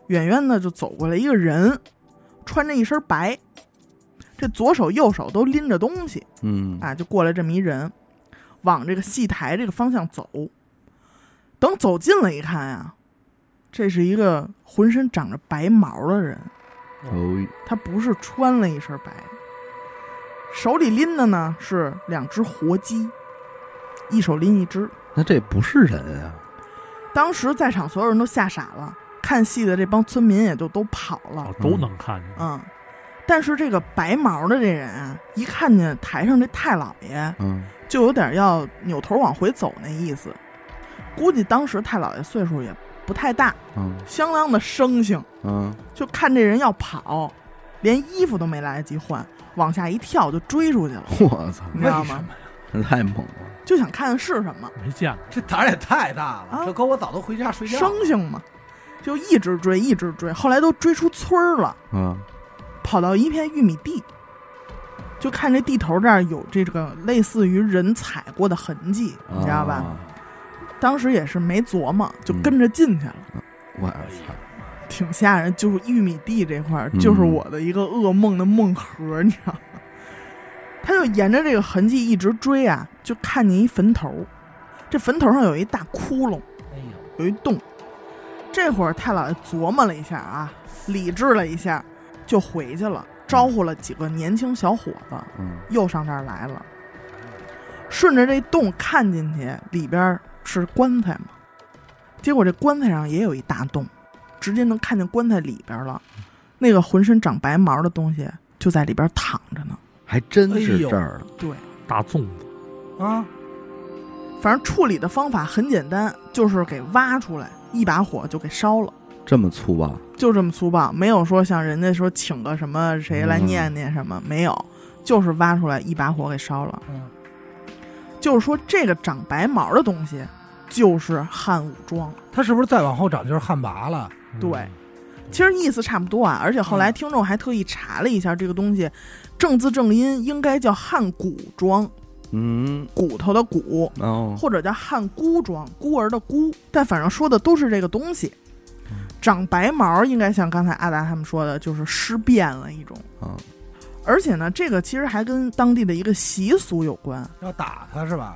[SPEAKER 3] 远远的就走过来一个人，穿着一身白，这左手右手都拎着东西
[SPEAKER 1] 嗯，
[SPEAKER 3] 啊，就过来这么一人，往这个戏台这个方向走。等走近了一看呀、这是一个浑身长着白毛的人，
[SPEAKER 1] 哦，
[SPEAKER 3] 他不是穿了一身白，手里拎的呢是两只活鸡，一手拎一只。
[SPEAKER 1] 那这不是人啊，
[SPEAKER 3] 当时在场所有人都吓傻了，看戏的这帮村民也就都跑了
[SPEAKER 4] 哦，，都能看见。
[SPEAKER 3] 嗯。但是这个白毛的这人啊，一看见台上这太老爷，
[SPEAKER 1] 嗯，
[SPEAKER 3] 就有点要扭头往回走那意思。估计当时太老爷岁数也不太大，
[SPEAKER 1] 嗯，
[SPEAKER 3] 相当的生性，
[SPEAKER 1] 嗯，
[SPEAKER 3] 就看这人要跑，连衣服都没来得及换，往下一跳就追出去了，
[SPEAKER 1] 我操，
[SPEAKER 3] 你知道
[SPEAKER 2] 为什
[SPEAKER 3] 吗
[SPEAKER 2] 么？呀？
[SPEAKER 1] 那太猛了，
[SPEAKER 3] 就想看看是什么，
[SPEAKER 4] 没见过，
[SPEAKER 2] 这胆儿也太大
[SPEAKER 3] 啊
[SPEAKER 2] 了，这哥我早都回家睡觉了。
[SPEAKER 3] 生性嘛，就一直追，一直追，后来都追出村儿了。
[SPEAKER 1] 嗯，
[SPEAKER 3] 跑到一片玉米地，就看这地头这儿有这个类似于人踩过的痕迹，你知道吧？
[SPEAKER 1] 啊？
[SPEAKER 3] 当时也是没琢磨，就
[SPEAKER 2] 嗯
[SPEAKER 3] 跟着进去了，
[SPEAKER 1] 我
[SPEAKER 2] 哎呀
[SPEAKER 1] 操，
[SPEAKER 3] 挺吓人。就是玉米地这块儿，
[SPEAKER 1] 嗯
[SPEAKER 3] 就是我的一个噩梦的梦核，你知道吗？他就沿着这个痕迹一直追啊，就看见一坟头，这坟头上有一大窟窿，
[SPEAKER 2] 哎呦，
[SPEAKER 3] 有一洞。这会儿太老爷琢磨了一下啊，理智了一下，就回去了，招呼了几个年轻小伙子，
[SPEAKER 1] 嗯，
[SPEAKER 3] 又上这儿来了。顺着这洞看进去，里边儿是棺材嘛。结果这棺材上也有一大洞，直接能看见棺材里边儿了。那个浑身长白毛的东西就在里边儿躺着呢。
[SPEAKER 1] 还真
[SPEAKER 3] 哎
[SPEAKER 1] 是这儿了，
[SPEAKER 3] 对，
[SPEAKER 4] 大粽子，
[SPEAKER 2] 啊，
[SPEAKER 3] 反正处理的方法很简单，就是给挖出来，一把火就给烧了，
[SPEAKER 1] 这么粗暴，
[SPEAKER 3] 就这么粗暴，没有说像人家说请个什么谁来
[SPEAKER 1] 嗯
[SPEAKER 3] 念念什么，没有，就是挖出来一把火给烧了。
[SPEAKER 2] 嗯，
[SPEAKER 3] 就是说这个长白毛的东西就是汉武装，
[SPEAKER 2] 他是不是再往后长就是旱魃了？
[SPEAKER 4] 嗯
[SPEAKER 3] 对其实意思差不多啊。而且后来听众还特意查了一下，这个东西正字正音应该叫汉骨装，
[SPEAKER 1] 嗯，
[SPEAKER 3] 骨头的骨，
[SPEAKER 1] 哦，
[SPEAKER 3] 或者叫汉孤装，孤儿的孤，但反正说的都是这个东西
[SPEAKER 1] 嗯。
[SPEAKER 3] 长白毛应该像刚才阿达他们说的，就是尸变了一种。
[SPEAKER 1] 啊，
[SPEAKER 3] 而且呢，这个其实还跟当地的一个习俗有关。
[SPEAKER 2] 要打他是吧？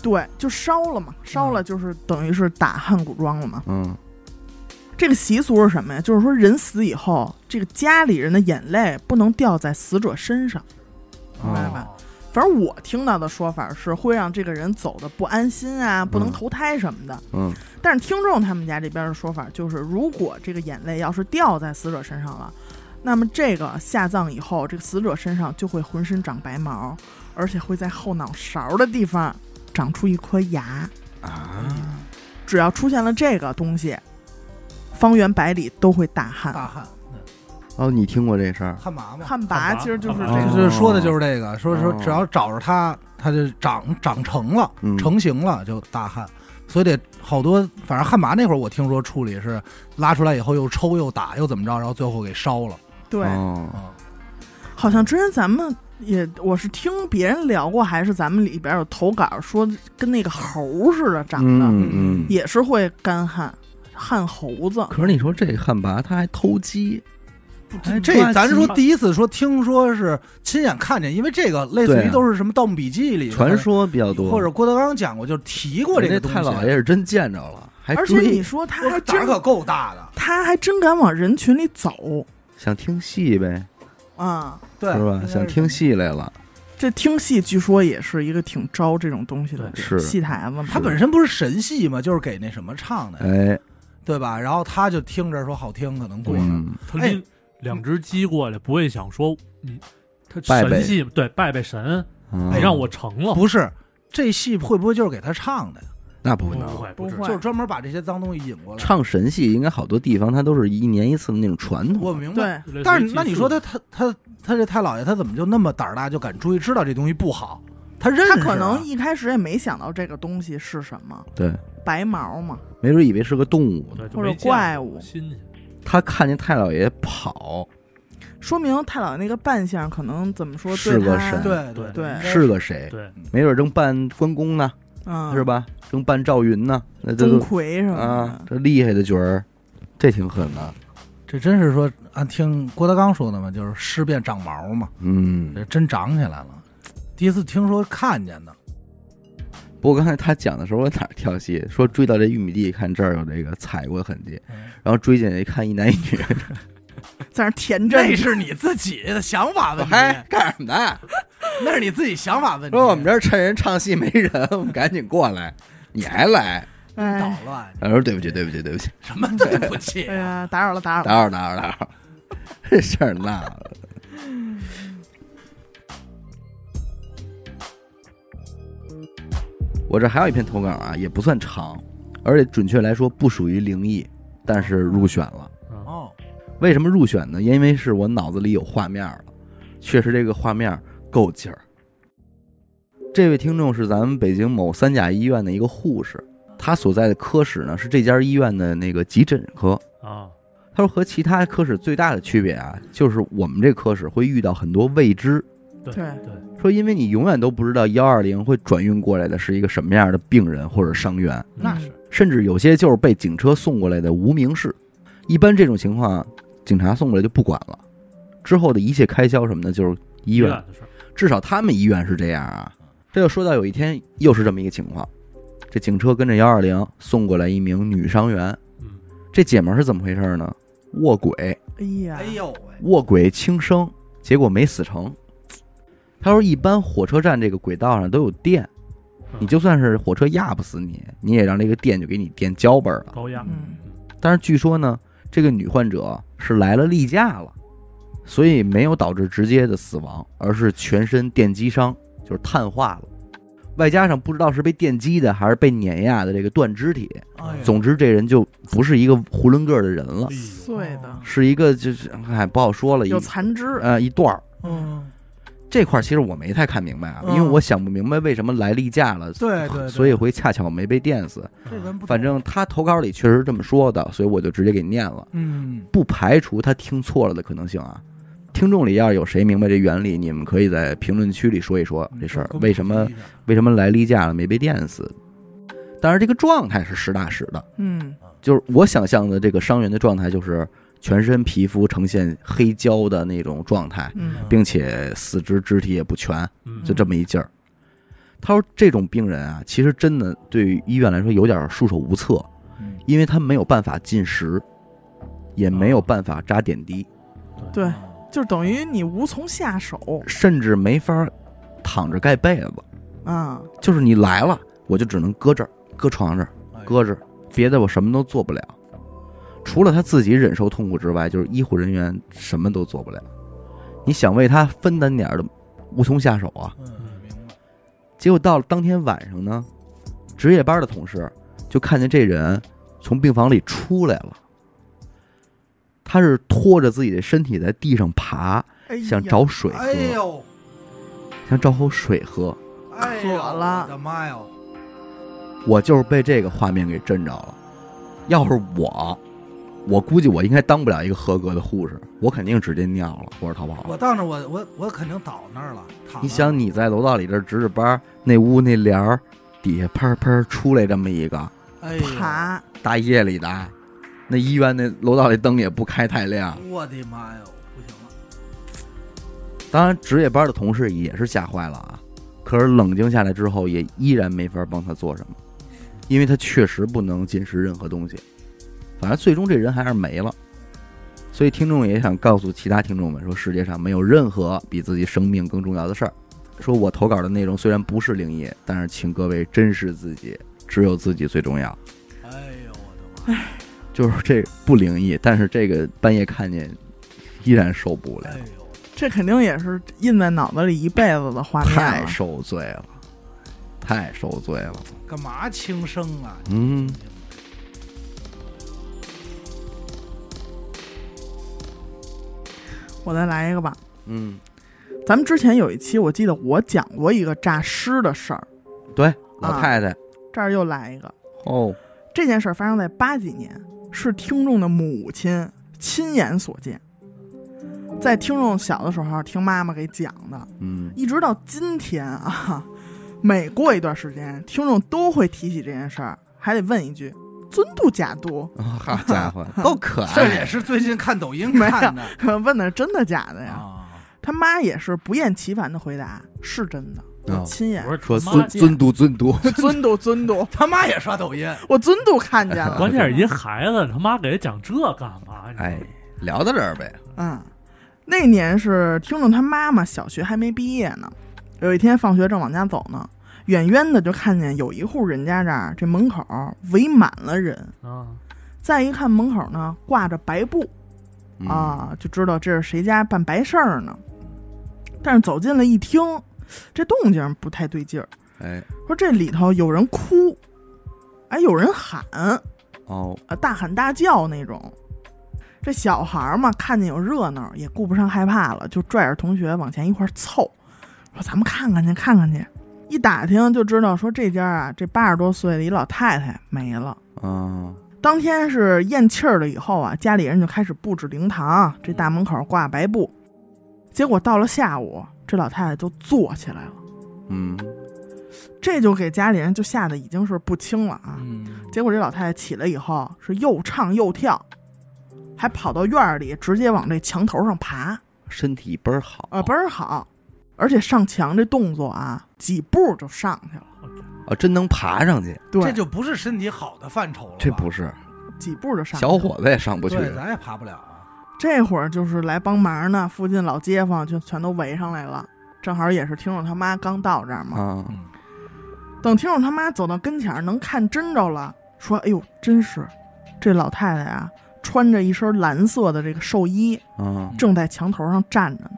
[SPEAKER 3] 对，就烧了嘛，烧了就是等于是打汉古装了嘛。
[SPEAKER 1] 嗯，
[SPEAKER 3] 这个习俗是什么呀？就是说人死以后，这个家里人的眼泪不能掉在死者身上。明白吧
[SPEAKER 2] 哦？
[SPEAKER 3] 反正我听到的说法是会让这个人走的不安心啊，不能投胎什么的。
[SPEAKER 1] 嗯，
[SPEAKER 3] 但是听众他们家这边的说法就是，如果这个眼泪要是掉在死者身上了，那么这个下葬以后，这个死者身上就会浑身长白毛，而且会在后脑勺的地方长出一颗牙。嗯
[SPEAKER 1] 啊，
[SPEAKER 3] 只要出现了这个东西，方圆百里都会大旱。
[SPEAKER 2] 大旱，嗯
[SPEAKER 1] 哦，你听过这事儿？
[SPEAKER 2] 旱 魃嘛。
[SPEAKER 3] 旱
[SPEAKER 4] 旱
[SPEAKER 3] 魃
[SPEAKER 4] 魃
[SPEAKER 3] 其实就是
[SPEAKER 4] 旱
[SPEAKER 3] 这
[SPEAKER 4] 魃
[SPEAKER 3] 个
[SPEAKER 2] 这就是说的就是这个，说说
[SPEAKER 1] 哦
[SPEAKER 2] 只要找着它，它就长长成了，
[SPEAKER 1] 嗯
[SPEAKER 2] 成型了就大旱，所以得好多，反正旱魃那会儿我听说处理是拉出来以后又抽又打又怎么着，然后最后给烧了
[SPEAKER 3] 对，
[SPEAKER 1] 哦，
[SPEAKER 2] 啊。
[SPEAKER 3] 好像之前咱们也我是听别人聊过，还是咱们里边有投稿说跟那个猴似的长的，
[SPEAKER 1] 嗯嗯。
[SPEAKER 3] 也是会干旱，旱猴子。
[SPEAKER 1] 可是你说这旱魃他还偷鸡，
[SPEAKER 2] 哎
[SPEAKER 1] 抓
[SPEAKER 2] 这咱
[SPEAKER 1] 鸡
[SPEAKER 2] 说第一次说听说是亲眼看见，因为这个类似
[SPEAKER 1] 对
[SPEAKER 2] 于
[SPEAKER 1] 啊
[SPEAKER 2] 都是什么《盗墓笔记》里
[SPEAKER 1] 传说比较多，
[SPEAKER 2] 或者郭德纲讲过，就提过这个
[SPEAKER 1] 人
[SPEAKER 2] 东
[SPEAKER 1] 家
[SPEAKER 2] 西。
[SPEAKER 1] 太老爷是真见着了，还
[SPEAKER 3] 而且你
[SPEAKER 1] 追，
[SPEAKER 3] 说他
[SPEAKER 2] 哎我
[SPEAKER 3] 还
[SPEAKER 2] 说胆儿
[SPEAKER 3] 真，
[SPEAKER 2] 可够大的，
[SPEAKER 3] 他还真敢往人群里走
[SPEAKER 1] 想听戏呗，
[SPEAKER 3] 啊！
[SPEAKER 2] 对
[SPEAKER 1] 是吧？想听。戏来了，
[SPEAKER 3] 这听戏据说也是一个挺招这种东西的
[SPEAKER 1] 是
[SPEAKER 3] 戏台子嘛。
[SPEAKER 2] 他本身不是神戏嘛，就是给那什么唱的，
[SPEAKER 1] 哎，
[SPEAKER 2] 对吧？然后他就听着说好听，可能过了。
[SPEAKER 1] 嗯，
[SPEAKER 4] 他拎两只鸡过来，不会想说你，他
[SPEAKER 1] 拜拜
[SPEAKER 4] 神系对拜拜神，
[SPEAKER 1] 嗯
[SPEAKER 4] 哎让我成了，
[SPEAKER 2] 不是，这戏会不会就是给他唱的呀？
[SPEAKER 1] 那不
[SPEAKER 4] 不
[SPEAKER 1] 能
[SPEAKER 4] 会
[SPEAKER 3] 不
[SPEAKER 4] 不是
[SPEAKER 3] 会
[SPEAKER 2] 就是专门把这些脏东西引过来。
[SPEAKER 1] 唱神戏，应该好多地方它都是一年一次的那种传
[SPEAKER 2] 我
[SPEAKER 1] 统。
[SPEAKER 2] 明白，
[SPEAKER 3] 对，
[SPEAKER 4] 类似于
[SPEAKER 2] 但
[SPEAKER 4] 祭
[SPEAKER 2] 是
[SPEAKER 4] 祀
[SPEAKER 2] 那你说他他他他这太姥爷他怎么就那么胆儿大就敢追？知道这东西不好，他认识
[SPEAKER 3] 他
[SPEAKER 2] 啊
[SPEAKER 3] 可能一开始也没想到这个东西是什么，
[SPEAKER 1] 对，
[SPEAKER 3] 白毛嘛，
[SPEAKER 1] 没准以为是个动物呢。
[SPEAKER 4] 对就
[SPEAKER 3] 或者
[SPEAKER 4] 没见过
[SPEAKER 3] 怪物
[SPEAKER 4] 新鲜，
[SPEAKER 1] 他看见太老爷跑，
[SPEAKER 3] 说明太姥爷那个扮相可能怎么说
[SPEAKER 1] 是
[SPEAKER 3] 对
[SPEAKER 1] 个
[SPEAKER 3] 他
[SPEAKER 1] 神
[SPEAKER 2] 对
[SPEAKER 4] 对
[SPEAKER 3] 对
[SPEAKER 1] 是个谁？
[SPEAKER 4] 对，
[SPEAKER 1] 没准正扮关公呢，
[SPEAKER 3] 嗯
[SPEAKER 1] 是？吧？正扮赵云呢，那这
[SPEAKER 3] 钟
[SPEAKER 1] 都
[SPEAKER 3] 馗什么
[SPEAKER 1] 啊
[SPEAKER 3] 的，，
[SPEAKER 1] 这厉害的角儿，这挺狠的。
[SPEAKER 2] 这真是说按听郭德纲说的嘛，就是尸变长毛嘛，
[SPEAKER 1] 嗯，
[SPEAKER 2] 这真长起来了。第一次听说看见的，
[SPEAKER 1] 不过刚才他讲的时候，我哪儿跳戏？说追到这玉米地，看这儿有这个踩过的痕迹，然后追进去一看，一男一女，
[SPEAKER 3] 在那填着
[SPEAKER 2] 那是你自己的想法问题，
[SPEAKER 1] 嗨，哎干什么呢？
[SPEAKER 2] 那是你自己想法问题。
[SPEAKER 1] 说我们这儿趁人唱戏没人，我们赶紧过来，你还来？
[SPEAKER 2] 捣
[SPEAKER 3] 哎
[SPEAKER 2] 乱，
[SPEAKER 1] 他说对不起，对不起，对不起，
[SPEAKER 2] 什么对不起啊
[SPEAKER 3] 哎呀，打扰 了打扰了，
[SPEAKER 1] 打扰打扰打扰，这事儿闹的。我这还有一篇投稿啊，也不算长，而且准确来说不属于灵异，但是入选了。
[SPEAKER 4] 嗯
[SPEAKER 2] 哦，
[SPEAKER 1] 为什么入选呢？因为是我脑子里有画面了，确实这个画面够劲儿。这位听众是咱们北京某三甲医院的一个护士，她所在的科室呢是这家医院的那个急诊科。
[SPEAKER 4] 啊，
[SPEAKER 1] 他说和其他科室最大的区别啊，就是我们这科室会遇到很多未知。
[SPEAKER 4] 对
[SPEAKER 3] 对
[SPEAKER 4] 对，
[SPEAKER 1] 说因为你永远都不知道幺二零会转运过来的是一个什么样的病人或者伤员，
[SPEAKER 2] 那
[SPEAKER 3] 嗯
[SPEAKER 2] 是
[SPEAKER 1] 甚至有些就是被警车送过来的无名氏。一般这种情况，啊警察送过来就不管了，之后的一切开销什么的，就是医
[SPEAKER 4] 医
[SPEAKER 1] 院，
[SPEAKER 4] 的事儿，
[SPEAKER 1] 至少他们医院是这样啊。这就说到有一天又是这么一个情况，这警车跟着幺二零送过来一名女伤员，
[SPEAKER 4] 嗯，
[SPEAKER 1] 这姐们儿是怎么回事呢？卧轨。
[SPEAKER 2] 哎
[SPEAKER 3] 哎呀，
[SPEAKER 2] 呦喂，
[SPEAKER 1] 卧轨轻生，结果没死成。他说，一般火车站这个轨道上都有电，
[SPEAKER 3] 嗯
[SPEAKER 1] 你就算是火车压不死你，你也让这个电就给你电胶本了。
[SPEAKER 4] 高压，
[SPEAKER 3] 嗯
[SPEAKER 1] 但是据说呢，这个女患者是来了例假了，所以没有导致直接的死亡，而是全身电击伤，就是碳化了。外加上不知道是被电击的还是被碾压的这个断肢体，
[SPEAKER 3] 嗯
[SPEAKER 2] 哎呦
[SPEAKER 1] 总之这人就不是一个囫囵个儿的人了，
[SPEAKER 4] 哎呦
[SPEAKER 3] 碎
[SPEAKER 2] 哦
[SPEAKER 3] 的
[SPEAKER 1] 是一个就是哎不好说了，一
[SPEAKER 3] 有残肢，
[SPEAKER 1] 呃一段儿。
[SPEAKER 2] 嗯，
[SPEAKER 1] 这块儿其实我没太看明白啊，因为
[SPEAKER 2] 嗯
[SPEAKER 1] 我想不明白为什么来例假了，
[SPEAKER 2] 对对对
[SPEAKER 1] 所以会恰巧没被电死。
[SPEAKER 2] 这
[SPEAKER 4] 嗯
[SPEAKER 2] 人不懂
[SPEAKER 1] 反正他投稿里确实这么说的，所以我就直接给念了，
[SPEAKER 2] 嗯，
[SPEAKER 1] 不排除他听错了的可能性啊。听众里要是有谁明白这原理，你们可以在评论区里说一说这事儿
[SPEAKER 2] 嗯跟
[SPEAKER 1] 为什么为什么来例假了没被电死。当然，这个状态是实打实的，
[SPEAKER 3] 嗯，
[SPEAKER 1] 就是我想象的这个伤员的状态，就是全身皮肤呈现黑胶的那种状态，
[SPEAKER 3] 嗯
[SPEAKER 1] 并且四肢肢体也不全，
[SPEAKER 4] 嗯
[SPEAKER 1] 就这么一劲儿。他说这种病人啊，其实真的对于医院来说有点束手无策，
[SPEAKER 2] 嗯
[SPEAKER 1] 因为他没有办法进食，也没有办法扎点滴，
[SPEAKER 3] 对，
[SPEAKER 2] 哦
[SPEAKER 3] 就等于你无从下手
[SPEAKER 1] 甚至没法躺着盖被子。
[SPEAKER 3] 啊，
[SPEAKER 1] 就是你来了，我就只能搁这儿，搁床这儿，
[SPEAKER 2] 哎
[SPEAKER 1] 搁这儿，别的我什么都做不了。除了他自己忍受痛苦之外，就是医护人员什么都做不了。你想为他分担点儿的，无从下手啊。
[SPEAKER 2] 嗯，明白，
[SPEAKER 1] 结果到了当天晚上呢，值夜班的同事就看见这人从病房里出来了。他是拖着自己的身体在地上爬，
[SPEAKER 3] 哎呀
[SPEAKER 1] 想找水喝，
[SPEAKER 2] 哎呦，
[SPEAKER 1] 想找口水喝。
[SPEAKER 2] 哎呦
[SPEAKER 3] 渴了
[SPEAKER 2] 我的妈哟，
[SPEAKER 1] 我就是被这个画面给震着了。要是我，我估计我应该当不了一个合格的护士，我肯定直接尿了或者逃跑了。
[SPEAKER 2] 我到那儿我我我肯定倒那儿了，躺那儿
[SPEAKER 1] 你想，你在楼道里这值着班，那屋那帘儿底下砰砰出来这么一个，
[SPEAKER 2] 哎呦，
[SPEAKER 3] 爬，
[SPEAKER 1] 大夜里的，那医院那楼道里灯也不开太亮。
[SPEAKER 2] 我的妈哟，不行了，
[SPEAKER 1] 当然，值夜班的同事也是吓坏了啊。可是冷静下来之后，也依然没法帮他做什么，因为他确实不能进食任何东西。反正最终这人还是没了。所以听众也想告诉其他听众们说，世界上没有任何比自己生命更重要的事儿。说我投稿的内容虽然不是灵异，但是请各位珍视自己，只有自己最重要。
[SPEAKER 2] 哎呦我的妈，
[SPEAKER 1] 就是这不灵异，但是这个半夜看见依然受不了
[SPEAKER 2] 哎。呦，
[SPEAKER 3] 这肯定也是印在脑子里一辈子的画面啊
[SPEAKER 1] 太
[SPEAKER 3] 了。
[SPEAKER 1] 受罪了，太受罪了。
[SPEAKER 2] 干嘛轻生啊？
[SPEAKER 1] 嗯，
[SPEAKER 3] 我再来一个吧。
[SPEAKER 1] 嗯，
[SPEAKER 3] 咱们之前有一期，我记得我讲过一个诈尸的事儿，
[SPEAKER 1] 对，
[SPEAKER 3] 啊
[SPEAKER 1] 老太太，
[SPEAKER 3] 这儿又来一个。
[SPEAKER 1] 哦，
[SPEAKER 3] 这件事儿发生在八几年，是听众的母亲亲眼所见，在听众小的时候听妈妈给讲的，
[SPEAKER 1] 嗯，
[SPEAKER 3] 一直到今天啊，每过一段时间，听众都会提起这件事儿，还得问一句：“尊度假度
[SPEAKER 1] 好家 伙，够可
[SPEAKER 2] 这也
[SPEAKER 1] 爱，
[SPEAKER 2] 是最近看抖音
[SPEAKER 3] 没有
[SPEAKER 2] 看的？”
[SPEAKER 3] 问的是真的假的呀？
[SPEAKER 2] 啊。
[SPEAKER 3] 他妈也是不厌其烦的回答：“是真的，
[SPEAKER 1] 哦
[SPEAKER 3] 我亲眼
[SPEAKER 4] 不是
[SPEAKER 1] 说
[SPEAKER 4] 妈
[SPEAKER 1] 尊尊嘟尊嘟，
[SPEAKER 3] 尊度尊度，
[SPEAKER 2] 他妈也刷抖音，
[SPEAKER 3] 我尊度看见
[SPEAKER 1] 啊
[SPEAKER 3] 了。”
[SPEAKER 4] 关键是一孩子他妈给他讲这干嘛？你知道吗
[SPEAKER 1] 哎，，聊到这儿呗，
[SPEAKER 3] 嗯，那年是听众他妈妈小学还没毕业呢，有一天放学正往家走呢，远远的就看见有一户人家这儿这门口围满了人，
[SPEAKER 4] 啊，
[SPEAKER 3] 再一看门口呢挂着白布
[SPEAKER 1] 嗯，
[SPEAKER 3] 啊，就知道这是谁家办白事儿呢。但是走进了一听，这动静不太对劲儿，
[SPEAKER 1] 哎，
[SPEAKER 3] 说这里头有人哭，哎，有人喊，
[SPEAKER 1] 哦，
[SPEAKER 3] 呃大喊大叫那种。这小孩儿嘛，看见有热闹也顾不上害怕了，就拽着同学往前一块儿凑，说咱们看看去，看看去。一打听就知道，说这家啊，这八十多岁的一老太太没了。
[SPEAKER 1] 嗯，
[SPEAKER 3] 当天是咽气儿了以后啊，家里人就开始布置灵堂，这大门口挂白布。结果到了下午，这老太太就坐起来了，
[SPEAKER 1] 嗯，
[SPEAKER 3] 这就给家里人就吓得已经是不轻了啊。
[SPEAKER 2] 嗯，
[SPEAKER 3] 结果这老太太起来以后是又唱又跳，还跑到院儿里直接往这墙头上爬，
[SPEAKER 1] 身体倍儿好
[SPEAKER 3] 啊，倍儿好，而且上墙这动作啊，几步就上去了，
[SPEAKER 1] 啊，真能爬上去，
[SPEAKER 3] 对，
[SPEAKER 2] 这就不是身体好的范畴了吧。
[SPEAKER 1] 这不是
[SPEAKER 3] 几步就上去了。
[SPEAKER 1] 小伙子也上不去，
[SPEAKER 2] 对，咱也爬不了啊。
[SPEAKER 3] 这会儿就是来帮忙呢，附近老街坊就全都围上来了。正好也是听众他妈刚到这儿嘛，
[SPEAKER 1] 啊，
[SPEAKER 2] 嗯，
[SPEAKER 3] 等听众他妈走到跟前儿，能看真着了，说：“哎呦，真是，这老太太啊，穿着一身蓝色的这个寿衣，
[SPEAKER 1] 嗯，
[SPEAKER 3] 正在墙头上站着呢，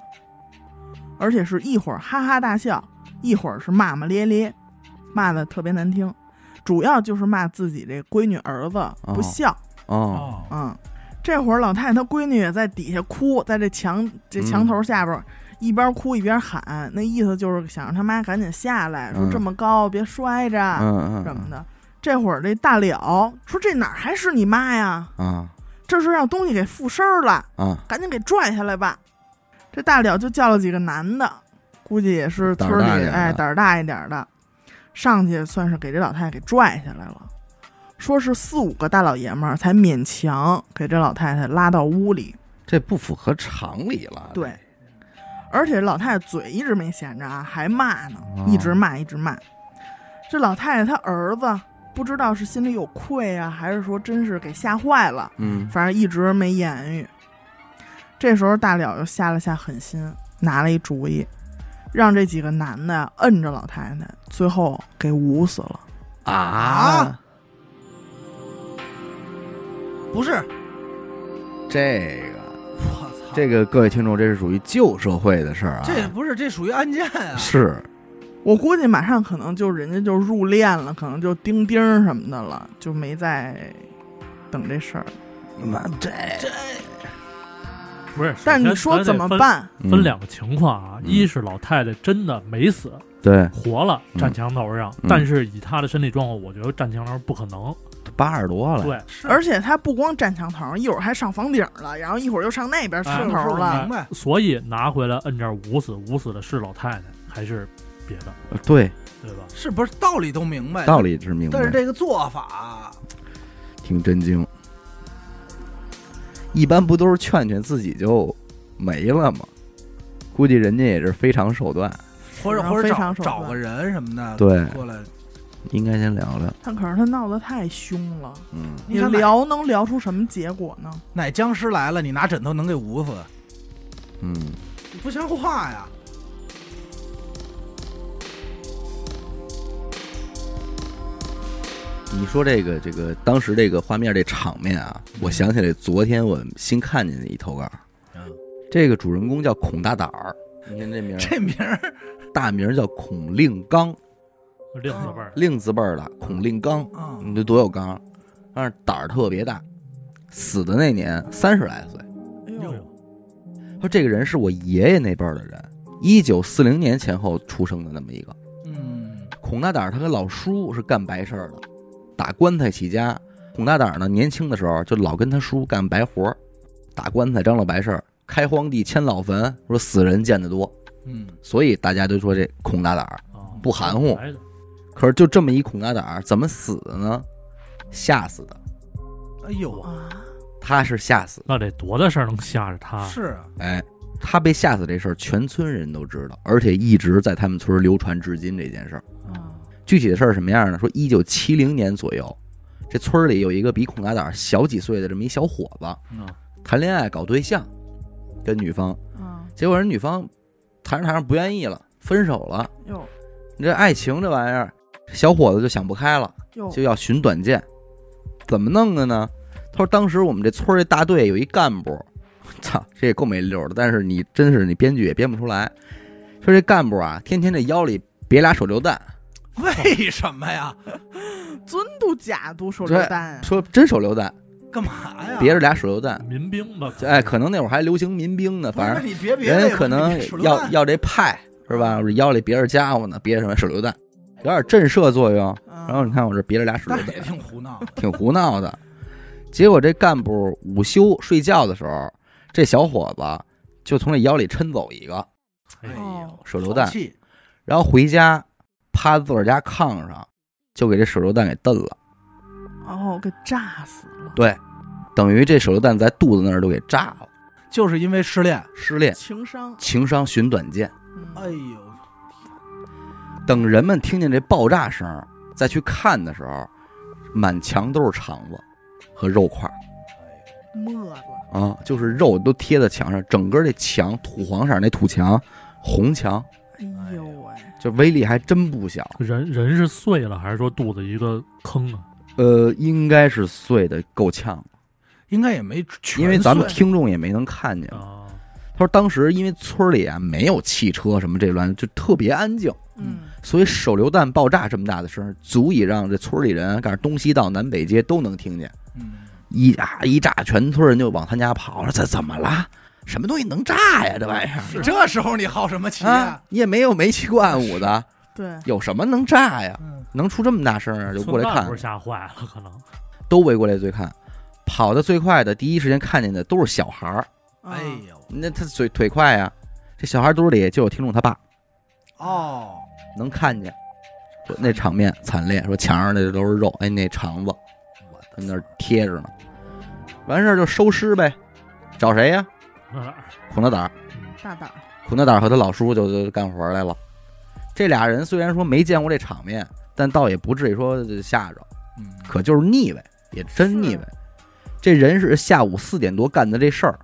[SPEAKER 3] 而且是一会儿哈哈大笑，一会儿是骂骂咧咧，骂的特别难听，主要就是骂自己这闺女儿子不孝。
[SPEAKER 1] 哦，
[SPEAKER 2] 哦，
[SPEAKER 3] 嗯，这会儿老太太她闺女也在底下哭，在这墙这墙
[SPEAKER 1] 嗯
[SPEAKER 3] 头下边儿。一边哭一边喊，那意思就是想让他妈赶紧下来，说
[SPEAKER 1] 嗯
[SPEAKER 3] 这么高别摔着、
[SPEAKER 1] 嗯嗯
[SPEAKER 3] 什么的。这会儿这大了说这哪儿还是你妈呀？
[SPEAKER 1] 啊
[SPEAKER 3] 这是让东西给附身儿了。
[SPEAKER 1] 啊，
[SPEAKER 3] 赶紧给拽下来吧。这大了就叫了几个男的，估计也是村
[SPEAKER 1] 胆儿大一
[SPEAKER 3] 里
[SPEAKER 1] 点的
[SPEAKER 3] 哎胆儿大一点的，上去算是给这老太太给拽下来了。说是四五个大老爷们儿才勉强给这老太太拉到屋里。
[SPEAKER 1] 这不符合常理了，
[SPEAKER 3] 对，而且老太太嘴一直没闲着啊，还骂呢
[SPEAKER 1] 哦，
[SPEAKER 3] 一直骂一直骂。这老太太她儿子不知道是心里有愧啊，还是说真是给吓坏了，
[SPEAKER 1] 嗯
[SPEAKER 3] 反正一直没言语。这时候大了又下了下狠心，拿了一主意，让这几个男的摁着老太太，最后给捂死了。
[SPEAKER 1] 啊，
[SPEAKER 2] 不是，
[SPEAKER 1] 这个。
[SPEAKER 2] 我操，
[SPEAKER 1] 这个各位听众，这是属于旧社会的事儿啊，
[SPEAKER 2] 这不是这属于案件啊。
[SPEAKER 1] 是
[SPEAKER 3] 我估计马上可能就人家就入殓了，可能就钉钉儿什么的了，就没再等这事儿。
[SPEAKER 1] 妈这
[SPEAKER 4] 不是，
[SPEAKER 3] 但是你
[SPEAKER 4] 首
[SPEAKER 3] 说
[SPEAKER 4] 先咱得
[SPEAKER 3] 怎么
[SPEAKER 4] 分？
[SPEAKER 3] 办？
[SPEAKER 4] 分两个情况啊，
[SPEAKER 1] 嗯
[SPEAKER 4] 一是老太太真的没死，
[SPEAKER 1] 对
[SPEAKER 4] 活了，
[SPEAKER 1] 嗯
[SPEAKER 4] 站墙头上，
[SPEAKER 1] 嗯
[SPEAKER 4] 但是以她的身体状况，我觉得站墙头不可能。
[SPEAKER 1] 八十多了，
[SPEAKER 4] 对，
[SPEAKER 2] 是
[SPEAKER 3] 而且他不光站墙头，一会儿还上房顶了，然后一会儿又上那边
[SPEAKER 4] 哎
[SPEAKER 3] 村
[SPEAKER 2] 是
[SPEAKER 3] 头
[SPEAKER 2] 我
[SPEAKER 3] 了
[SPEAKER 2] 明。白，
[SPEAKER 4] 所以拿回来摁这儿捂死，捂死的是老太太还是别的，
[SPEAKER 1] 对，
[SPEAKER 4] 对吧？
[SPEAKER 2] 是不是道理都明白？
[SPEAKER 1] 道理是明白
[SPEAKER 2] 但，是这个做法，
[SPEAKER 1] 挺震惊。一般不都是劝劝自己就没了吗？估计人家也是非常手段。
[SPEAKER 2] 或者
[SPEAKER 3] 然后
[SPEAKER 2] 或者
[SPEAKER 3] 非
[SPEAKER 2] 找
[SPEAKER 3] 常手段
[SPEAKER 2] 找个人什么的，
[SPEAKER 1] 对
[SPEAKER 2] 过来，
[SPEAKER 1] 应该先聊聊，
[SPEAKER 3] 但可是他闹得太凶了，
[SPEAKER 1] 嗯，
[SPEAKER 3] 你
[SPEAKER 2] 看哪
[SPEAKER 3] 聊能聊出什么结果呢？
[SPEAKER 2] 哪僵尸来了，你拿枕头能给捂死，
[SPEAKER 1] 嗯，
[SPEAKER 2] 你不像话呀！
[SPEAKER 1] 你说这个这个当时嗯这个画面这场面啊，我想起来昨天我新看见的一投稿，
[SPEAKER 2] 嗯
[SPEAKER 1] 这个主人公叫孔大胆儿，你看这名儿，
[SPEAKER 2] 这名儿
[SPEAKER 1] 大名儿叫孔令刚，
[SPEAKER 4] 另一辈儿
[SPEAKER 1] 令字辈儿的孔令刚，
[SPEAKER 2] 啊，
[SPEAKER 1] 你这多有刚，但是胆儿特别大。死的那年三十来岁，
[SPEAKER 3] 哎
[SPEAKER 4] 哎
[SPEAKER 3] 呦，
[SPEAKER 4] 呦
[SPEAKER 1] 说这个人是我爷爷那辈儿的人，一九四零年前后出生的那么一个。
[SPEAKER 2] 嗯，
[SPEAKER 1] 孔大胆儿他跟老叔是干白事儿的，打棺材起家。孔大胆儿呢，年轻的时候就老跟他叔干白活儿，打棺材张罗白事儿，开荒地迁老坟，说死人见得多，
[SPEAKER 2] 嗯，
[SPEAKER 1] 所以大家都说这孔大胆儿。
[SPEAKER 4] 啊
[SPEAKER 1] 不含糊
[SPEAKER 4] 来的
[SPEAKER 1] 可是就这么一孔大胆儿，怎么死的呢？吓死的，
[SPEAKER 2] 哎呦，
[SPEAKER 3] 啊，
[SPEAKER 1] 他是吓死的。
[SPEAKER 4] 那得多大事儿能吓着他？
[SPEAKER 2] 是啊，
[SPEAKER 1] 哎，他被吓死这事儿，全村人都知道，而且一直在他们村流传至今这件事儿。
[SPEAKER 3] 啊
[SPEAKER 1] 具体的事儿什么样呢？说一九七零年左右，这村儿里有一个比孔大胆儿小几岁的这么一小伙子，
[SPEAKER 4] 嗯
[SPEAKER 1] 谈恋爱搞对象，跟女方，
[SPEAKER 3] 啊
[SPEAKER 1] 结果人女方谈着谈着不愿意了，分手了。
[SPEAKER 3] 哟
[SPEAKER 1] 你这爱情这玩意儿，小伙子就想不开了，
[SPEAKER 3] 哟，
[SPEAKER 1] 就要寻短见，怎么弄的呢？他说当时我们这村儿这大队有一干部，操，这也够没溜儿的。但是你真是你编剧也编不出来，说这干部啊，天天这腰里别俩手榴弹，
[SPEAKER 2] 为什么呀？
[SPEAKER 3] 尊度假都手榴弹
[SPEAKER 1] 说真手榴弹，
[SPEAKER 2] 干嘛呀？
[SPEAKER 1] 别着俩手榴弹。
[SPEAKER 4] 民兵吧？
[SPEAKER 1] 哎，可能那会儿还流行民兵呢，
[SPEAKER 2] 不是
[SPEAKER 1] 反正
[SPEAKER 2] 你别别
[SPEAKER 1] 人
[SPEAKER 2] 的
[SPEAKER 1] 家可能
[SPEAKER 2] 手榴
[SPEAKER 1] 要
[SPEAKER 2] 弹
[SPEAKER 1] 要这派是吧？腰里别着家伙呢，别着什么手榴弹，有点震慑作用。
[SPEAKER 3] 啊，
[SPEAKER 1] 然后你看我这别着俩手
[SPEAKER 2] 但
[SPEAKER 1] 榴
[SPEAKER 2] 是
[SPEAKER 1] 弹
[SPEAKER 2] 嗯也，挺胡闹的，
[SPEAKER 1] 挺胡闹的。结果这干部午休睡觉的时候，这小伙子就从这腰里抻走一个
[SPEAKER 4] 哎
[SPEAKER 2] 呦
[SPEAKER 3] 哦
[SPEAKER 1] 手榴弹
[SPEAKER 2] 淘，气
[SPEAKER 1] 然后回家趴自个儿家炕上，就给这手榴弹给蹬了。
[SPEAKER 3] 哦，给炸死了，
[SPEAKER 1] 对，等于这手榴弹在肚子那儿都给炸了，
[SPEAKER 2] 就是因为失恋，
[SPEAKER 1] 失恋，
[SPEAKER 3] 情商，
[SPEAKER 1] 情商寻短见。
[SPEAKER 3] 嗯
[SPEAKER 2] 哎呦，
[SPEAKER 1] 等人们听见这爆炸声儿再去看的时候，满墙都是肠子和肉块儿
[SPEAKER 3] 沫子，
[SPEAKER 1] 啊，就是肉都贴在墙上，整个这墙土黄色儿那土墙，红墙，
[SPEAKER 3] 哎呦喂，
[SPEAKER 1] 这威力还真不小。
[SPEAKER 4] 人人是碎了，还是说肚子一个坑啊？
[SPEAKER 1] 呃，应该是碎的够呛，
[SPEAKER 2] 应该也没全
[SPEAKER 1] 因为咱们
[SPEAKER 2] 碎
[SPEAKER 1] 听众也没能看见。
[SPEAKER 4] 啊，
[SPEAKER 1] 他说当时因为村里啊没有汽车什么这乱，就特别安静，
[SPEAKER 3] 嗯，
[SPEAKER 1] 所以手榴弹爆炸这么大的声儿，足以让这村里人，赶上东西道南北街都能听见。
[SPEAKER 2] 嗯
[SPEAKER 1] 一啊一炸，全村人就往他家跑了。这怎么了？什么东西能炸呀？这玩意儿
[SPEAKER 2] 你这时候你好什么气
[SPEAKER 1] 啊？？你也没有煤气罐捂的，
[SPEAKER 3] 对，嗯
[SPEAKER 1] 有什么能炸呀？
[SPEAKER 2] 嗯，
[SPEAKER 1] 能出这么大声儿啊就过来看
[SPEAKER 4] 不是吓坏了，可能
[SPEAKER 1] 都围过来最看，跑的最快的，第一时间看见的都是小孩儿。
[SPEAKER 3] 啊
[SPEAKER 2] 哎呦，
[SPEAKER 1] 那他腿腿快呀、这小孩堆里就有听众他爸
[SPEAKER 2] 哦，
[SPEAKER 1] 能看见，就那场面惨烈。说墙上那都是肉，哎，那肠子
[SPEAKER 2] 我的
[SPEAKER 1] 他们那儿贴着呢。完事儿就收尸呗，找谁呀、
[SPEAKER 4] 那哪儿啊
[SPEAKER 1] 孔大胆儿，
[SPEAKER 3] 大胆儿，
[SPEAKER 1] 孔大胆儿和他老叔就就干活儿来了。这俩人虽然说没见过这场面，但倒也不至于说吓着，
[SPEAKER 2] 嗯，
[SPEAKER 1] 可就是腻歪，也真腻歪。这人是下午四点多干的这事儿，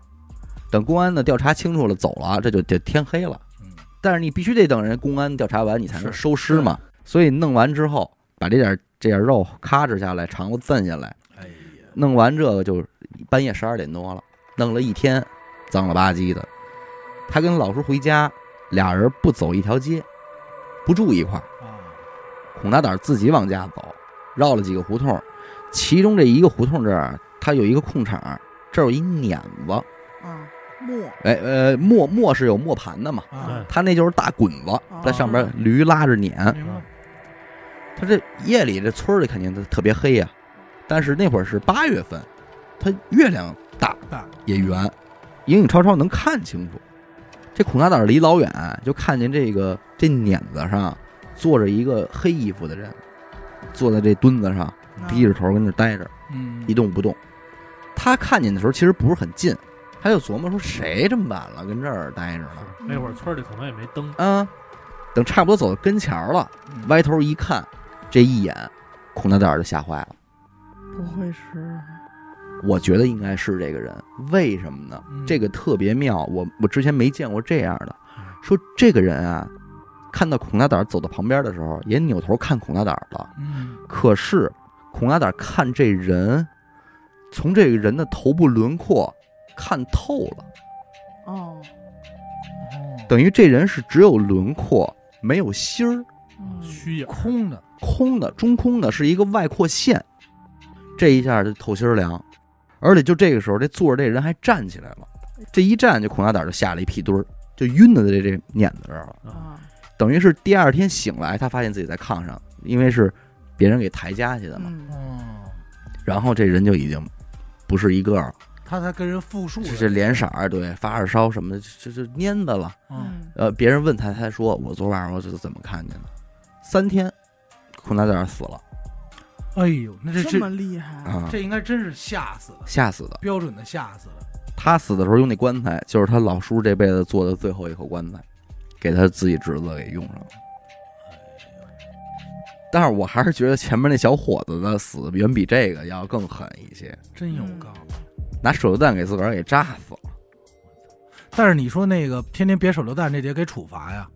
[SPEAKER 1] 等公安呢调查清楚了走了，这就得天黑了。
[SPEAKER 2] 嗯
[SPEAKER 1] 但是你必须得等人公安调查完，你才能
[SPEAKER 2] 是
[SPEAKER 1] 收尸嘛。所以弄完之后，把这点这点肉咔哧下来，肠子攥下来，
[SPEAKER 2] 哎呀，
[SPEAKER 1] 弄完这个就半夜十二点多了，弄了一天，脏了吧唧的。他跟老叔回家，俩人不走一条街，不住一块儿。
[SPEAKER 2] 啊，
[SPEAKER 1] 孔大胆自己往家走，绕了几个胡同，其中这一个胡同这儿，他有一个空场，这儿有一碾子，
[SPEAKER 3] 啊，沫，
[SPEAKER 1] 哎呃，磨磨是有磨盘的嘛，
[SPEAKER 4] 哎
[SPEAKER 2] 啊，
[SPEAKER 1] 他那就是大滚子，在上边驴拉着碾。
[SPEAKER 2] 明白，
[SPEAKER 1] 他这夜里这村儿里肯定都特别黑呀、但是那会儿是八月份，他月亮大
[SPEAKER 2] 大
[SPEAKER 1] 也圆，影影绰绰能看清楚。这孔大胆儿离老远就看见这个这碾子上坐着一个黑衣服的人，坐在这墩子上
[SPEAKER 3] 啊
[SPEAKER 1] 低着头跟那待着
[SPEAKER 2] 嗯
[SPEAKER 1] 一，动不动。他看见的时候其实不是很近，他就琢磨说谁这么晚了跟这儿待着呢？
[SPEAKER 4] 那会儿村里可能也没灯，
[SPEAKER 1] 啊，等差不多走到跟前儿了，
[SPEAKER 2] 嗯
[SPEAKER 1] 歪头一看，这一眼，孔大胆儿就吓坏了。
[SPEAKER 3] 嗯不会是，
[SPEAKER 1] 我觉得应该是这个人，为什么呢？
[SPEAKER 2] 嗯
[SPEAKER 1] 这个特别妙，我我之前没见过这样的
[SPEAKER 4] 嗯。
[SPEAKER 1] 说这个人啊，看到孔大胆儿走到旁边的时候，也扭头看孔大胆儿了。
[SPEAKER 2] 嗯，
[SPEAKER 1] 可是孔大胆儿看这人，从这个人的头部轮廓看透了，
[SPEAKER 3] 哦，
[SPEAKER 2] 哦，
[SPEAKER 1] 等于这人是只有轮廓，没有心儿，
[SPEAKER 3] 嗯
[SPEAKER 4] 虚影，
[SPEAKER 2] 空的，
[SPEAKER 1] 空的，中空的，是一个外扩线。这一下就透心儿凉，而且就这个时候，这坐着这人还站起来了，这一站就孔大胆就下了一屁墩儿，就晕在这这碾子这儿了。
[SPEAKER 4] 啊，
[SPEAKER 3] 啊，
[SPEAKER 1] 等于是第二天醒来，他发现自己在炕上，因为是别人给抬家去的嘛。
[SPEAKER 3] 嗯，
[SPEAKER 2] 哦，
[SPEAKER 1] 然后这人就已经不是一个了，
[SPEAKER 2] 他才跟人复述
[SPEAKER 1] 这
[SPEAKER 2] 了
[SPEAKER 1] 这脸色儿对发着烧什么的，这这蔫的了。
[SPEAKER 2] 嗯，
[SPEAKER 1] 呃，别人问他，他说我昨晚上我是怎么看见的？三天，孔大胆死了
[SPEAKER 2] 哎呦，那这
[SPEAKER 3] 这么
[SPEAKER 2] 这
[SPEAKER 3] 厉害，
[SPEAKER 1] 啊，
[SPEAKER 2] 这应该真是吓死了，
[SPEAKER 1] 吓死的。
[SPEAKER 2] 标准的吓死了。
[SPEAKER 1] 他死的时候用那棺材，就是他老叔这辈子做的最后一口棺材，给他自己侄子给用上了。但是我还是觉得前面那小伙子的死远比这个要更狠一些，
[SPEAKER 2] 真有
[SPEAKER 3] 嗯
[SPEAKER 2] 刚，
[SPEAKER 1] 拿手榴弹给自个儿给炸死了。
[SPEAKER 2] 但是你说那个天天别手榴弹，这得给处罚呀，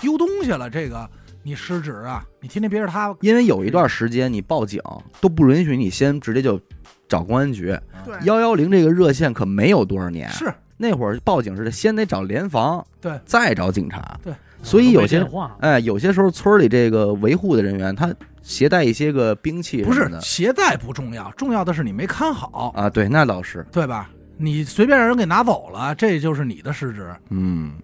[SPEAKER 2] 丢东西了，这个你失职啊，你天天别着他，
[SPEAKER 1] 因为有一段时间你报警都不允许你先直接就找公安局，
[SPEAKER 3] 对，
[SPEAKER 1] 幺幺零这个热线可没有多少年，
[SPEAKER 2] 是
[SPEAKER 1] 那会儿报警是得先得找联防，
[SPEAKER 2] 对
[SPEAKER 1] 再找警察，
[SPEAKER 2] 对，
[SPEAKER 1] 所以有
[SPEAKER 4] 都没
[SPEAKER 1] 些
[SPEAKER 4] 电话
[SPEAKER 1] 哎，有些时候村里这个维护的人员他携带一些个兵器
[SPEAKER 2] 不
[SPEAKER 1] 什
[SPEAKER 2] 是
[SPEAKER 1] 么的
[SPEAKER 2] 携带不重要，重要的是你没看好，
[SPEAKER 1] 啊，对，那倒是，
[SPEAKER 2] 对吧？你随便让人给拿走了，这就是你的失职。
[SPEAKER 1] 嗯，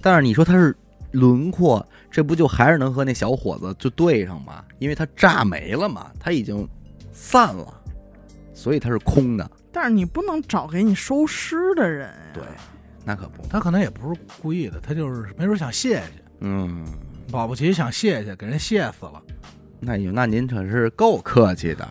[SPEAKER 1] 但是你说他是轮廓，这不就还是能和那小伙子就对上吗？因为他炸没了嘛，他已经散了，所以他是空的，
[SPEAKER 3] 但是你不能找给你收尸的人啊呀，
[SPEAKER 1] 对，那可不，
[SPEAKER 2] 他可能也不是故意的，他就是没准想谢谢，
[SPEAKER 1] 嗯。
[SPEAKER 2] 保不齐想谢谢，给人谢死了。
[SPEAKER 1] 那有，那您可是够客气的。